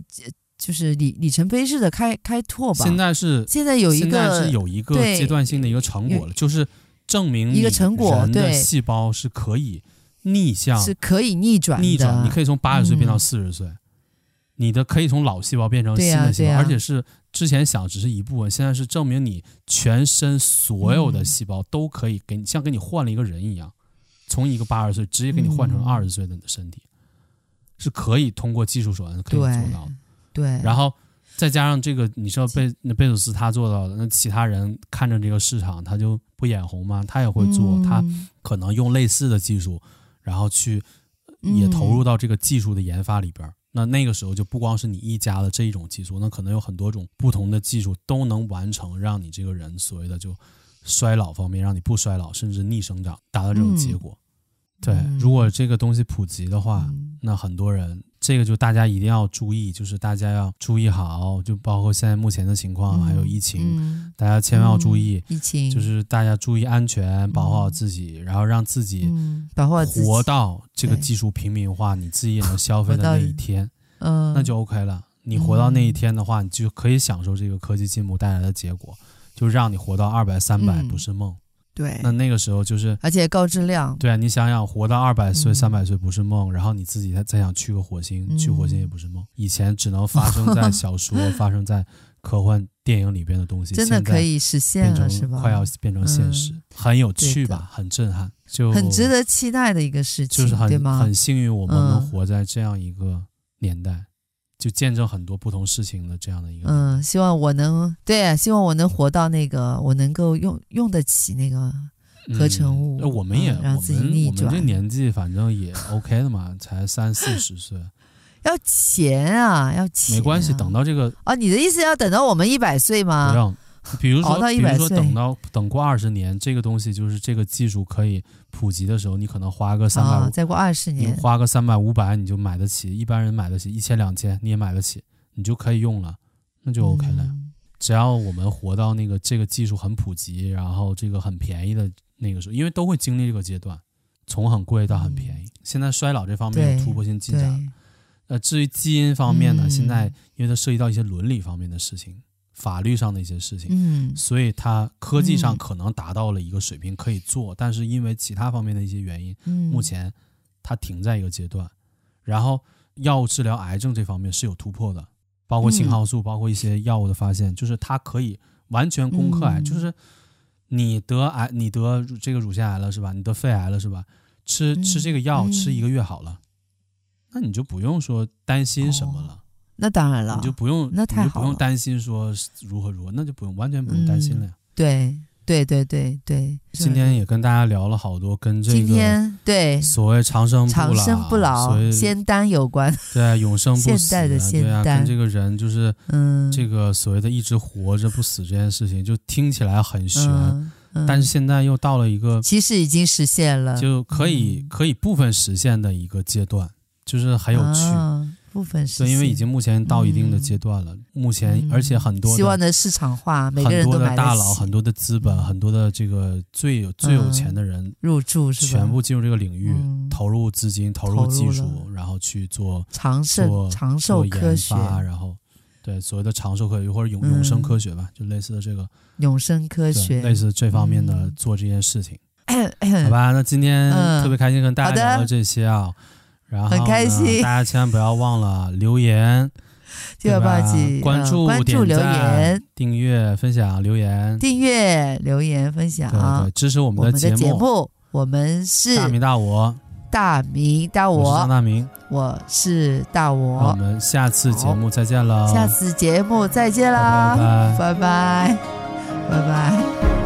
Speaker 2: 就是里里程碑式的开开拓吧。
Speaker 1: 现在是
Speaker 2: 现在有一
Speaker 1: 现在
Speaker 2: 个
Speaker 1: 是有一个
Speaker 2: 对
Speaker 1: 阶段性的一个成果了，就是证明
Speaker 2: 一个成果
Speaker 1: 你人的
Speaker 2: 对
Speaker 1: 细胞是可以逆向
Speaker 2: 是可以逆转的，
Speaker 1: 逆转，你可以从八十岁变到
Speaker 2: 嗯
Speaker 1: 四十岁，你的可以从老细胞变成
Speaker 2: 对
Speaker 1: 新
Speaker 2: 呀
Speaker 1: 的细胞，
Speaker 2: 对呀啊
Speaker 1: 而且是之前想只是一部分，现在是证明你全身所有的
Speaker 2: 嗯
Speaker 1: 细胞都可以给你，像给你换了一个人一样，从一个八十岁直接给你换成
Speaker 2: 嗯
Speaker 1: 二十岁的身体，是可以通过技术手段可以
Speaker 2: 对
Speaker 1: 做到的。
Speaker 2: 对，
Speaker 1: 然后再加上这个，你知道贝那贝索斯他做到的，那其他人看着这个市场，他就不眼红吗？他也会做，他可能用类似的技术，然后去
Speaker 2: 嗯
Speaker 1: 也投入到这个技术的研发里边儿。那那个时候就不光是你一家的这一种技术，那可能有很多种不同的技术都能完成，让你这个人所谓的就衰老方面，让你不衰老，甚至逆生长，达到这种结果。对，
Speaker 2: 嗯
Speaker 1: 如果这个东西普及的话，
Speaker 2: 嗯
Speaker 1: 那很多人这个就大家一定要注意，就是大家要注意好，就包括现在目前的情况，啊还有疫情，
Speaker 2: 嗯嗯
Speaker 1: 大家千万要注意，
Speaker 2: 疫情，
Speaker 1: 就是大家注意安全，保护好自己，然后让自己
Speaker 2: 嗯保护好自己
Speaker 1: 活到这个
Speaker 2: 对
Speaker 1: 技术平民化，你自己也能消费的
Speaker 2: 活到
Speaker 1: 那一天，
Speaker 2: 嗯，
Speaker 1: 那就 OK 了。你活到那一天的话，你就可以享受这个科技进步带来的结果，就让你活到二百、三百
Speaker 2: 嗯
Speaker 1: 不是梦。
Speaker 2: 对
Speaker 1: 那，那个时候就是，
Speaker 2: 而且高质量，
Speaker 1: 对啊，你想想，活到二百岁、
Speaker 2: 嗯
Speaker 1: 三百岁不是梦，然后你自己再再想去个火星，
Speaker 2: 嗯
Speaker 1: 去火星也不是梦。以前只能发生在小说、发生在科幻电影里边的东西，
Speaker 2: 真的
Speaker 1: 现在
Speaker 2: 可以实现
Speaker 1: 变
Speaker 2: 了，是
Speaker 1: 成
Speaker 2: 吧？
Speaker 1: 快要变成现实，
Speaker 2: 嗯
Speaker 1: 很有趣
Speaker 2: 对的
Speaker 1: 吧，很震撼，就
Speaker 2: 很值得期待的一个事情，
Speaker 1: 就是很
Speaker 2: 对吗？
Speaker 1: 很幸运，我们能
Speaker 2: 嗯
Speaker 1: 活在这样一个年代，就见证很多不同事情的这样的一个。
Speaker 2: 嗯，希望我能对，希望我能活到那个，我能够用用得起那个，
Speaker 1: 嗯
Speaker 2: 合成物
Speaker 1: 呃我们也、
Speaker 2: 嗯让
Speaker 1: 我
Speaker 2: 自己
Speaker 1: 们
Speaker 2: 逆
Speaker 1: 我们这
Speaker 2: 转
Speaker 1: 年纪反正 也 OK 的嘛，才三四十岁，
Speaker 2: 要钱啊，要钱、
Speaker 1: 没关系。等
Speaker 2: 到
Speaker 1: 到这个
Speaker 2: 哦，你的意思要等到我们一百岁
Speaker 1: 不
Speaker 2: 吗？
Speaker 1: 要，比如
Speaker 2: 熬
Speaker 1: 说
Speaker 2: 到
Speaker 1: 比如
Speaker 2: 100
Speaker 1: 说
Speaker 2: 岁
Speaker 1: 等到等过二十年，这个东西就是这个技术可以普及的时候，你可能花个三百
Speaker 2: 啊，
Speaker 1: 五，
Speaker 2: 再过二十
Speaker 1: 你
Speaker 2: 年，
Speaker 1: 花个三百五百你就买得起，一般人买得起，一千两千你也买得起，你就可以用了，那就 OK 了。呀。
Speaker 2: 嗯
Speaker 1: 只要我们活到那个这个技术很普及，然后这个很便宜的那个时候，因为都会经历这个阶段，从很贵到很便宜。现在衰老这方面有
Speaker 2: 嗯对
Speaker 1: 突破性进展。
Speaker 2: 对，
Speaker 1: 呃，至于基因方面呢，
Speaker 2: 嗯
Speaker 1: 现在因为它涉及到一些伦理方面的事情、法律上的一些事情，
Speaker 2: 嗯，
Speaker 1: 所以它科技上
Speaker 2: 嗯
Speaker 1: 可能达到了一个水平可以做，但是因为其他方面的一些原因，目
Speaker 2: 目
Speaker 1: 前它停在一个阶段。然后药物治疗癌症这方面是有突破的，包括青
Speaker 2: 嗯
Speaker 1: 蒿素，包括一些药物的发现，就是它可以完全攻克癌，
Speaker 2: 嗯
Speaker 1: 就是你得癌，你得这个乳腺癌了是吧？你得肺癌了是吧？吃
Speaker 2: 嗯
Speaker 1: 吃这个药，
Speaker 2: 嗯
Speaker 1: 吃一个月好了。那你就不用说担心什么了，
Speaker 2: 那当哦然了，
Speaker 1: 你就不用，
Speaker 2: 那太
Speaker 1: 你就不
Speaker 2: 好
Speaker 1: 用
Speaker 2: 了嗯
Speaker 1: 担心说如何如何，那就不用完全不用担心了呀。
Speaker 2: 对对对对对，
Speaker 1: 今天也跟大家聊了好多跟这
Speaker 2: 今
Speaker 1: 个
Speaker 2: 天对
Speaker 1: 所谓长生不
Speaker 2: 长
Speaker 1: 老、
Speaker 2: 生不老
Speaker 1: 所谓
Speaker 2: 仙丹有关，
Speaker 1: 对，永生不死
Speaker 2: 现代的
Speaker 1: 啊对啊，
Speaker 2: 现代
Speaker 1: 跟这个人就是
Speaker 2: 嗯，
Speaker 1: 这个所谓的一直活着不死这件事情，就听起来很悬，
Speaker 2: 嗯，嗯
Speaker 1: 但是现在又到了一个
Speaker 2: 其实已经实现了，
Speaker 1: 就可
Speaker 2: 嗯
Speaker 1: 以、可以部分实现的一个阶段，就是很有趣。
Speaker 2: 啊部分是嗯
Speaker 1: 对，因为已经目前到一定的阶段了，目前而且很多
Speaker 2: 希望
Speaker 1: 的
Speaker 2: 能市场化，每个
Speaker 1: 很
Speaker 2: 人
Speaker 1: 多
Speaker 2: 都
Speaker 1: 的
Speaker 2: 买
Speaker 1: 大
Speaker 2: 得
Speaker 1: 佬、
Speaker 2: 起
Speaker 1: 很多的资本、
Speaker 2: 嗯
Speaker 1: 很多的这个最有最有
Speaker 2: 嗯
Speaker 1: 钱的人，
Speaker 2: 入驻是吧？
Speaker 1: 全部进入这个领域，
Speaker 2: 嗯
Speaker 1: 投入资金、投入
Speaker 2: 投入
Speaker 1: 技术，
Speaker 2: 了
Speaker 1: 然后去做
Speaker 2: 长
Speaker 1: 做
Speaker 2: 盛长寿
Speaker 1: 做
Speaker 2: 科
Speaker 1: 研
Speaker 2: 学、
Speaker 1: 发，然后对所谓的长寿科学或者永
Speaker 2: 嗯
Speaker 1: 永生科学吧，就类似的这个
Speaker 2: 永生科
Speaker 1: 对
Speaker 2: 学，
Speaker 1: 类似这方面的
Speaker 2: 嗯
Speaker 1: 做这件事情，好吧？那今天
Speaker 2: 嗯
Speaker 1: 特别开心跟大家
Speaker 2: 好的
Speaker 1: 聊了这些啊，然后
Speaker 2: 很开
Speaker 1: 呢
Speaker 2: 心
Speaker 1: 大家千万不要忘了留言。
Speaker 2: 就要
Speaker 1: 吧
Speaker 2: 报警，
Speaker 1: 关
Speaker 2: 嗯关
Speaker 1: 点
Speaker 2: 注、留
Speaker 1: 赞
Speaker 2: 言、、
Speaker 1: 订阅、分享、留言，对
Speaker 2: 订阅、留言、分享。
Speaker 1: 对，支持我
Speaker 2: 我
Speaker 1: 们
Speaker 2: 们
Speaker 1: 的
Speaker 2: 的节
Speaker 1: 节
Speaker 2: 目，我们是
Speaker 1: 大明大我，
Speaker 2: 大明大
Speaker 1: 我是张
Speaker 2: 我，
Speaker 1: 大明，
Speaker 2: 我是大
Speaker 1: 那我
Speaker 2: 我，
Speaker 1: 们下次节目再见了，
Speaker 2: 下次节目再见啦，
Speaker 1: 拜拜
Speaker 2: 拜拜，拜拜。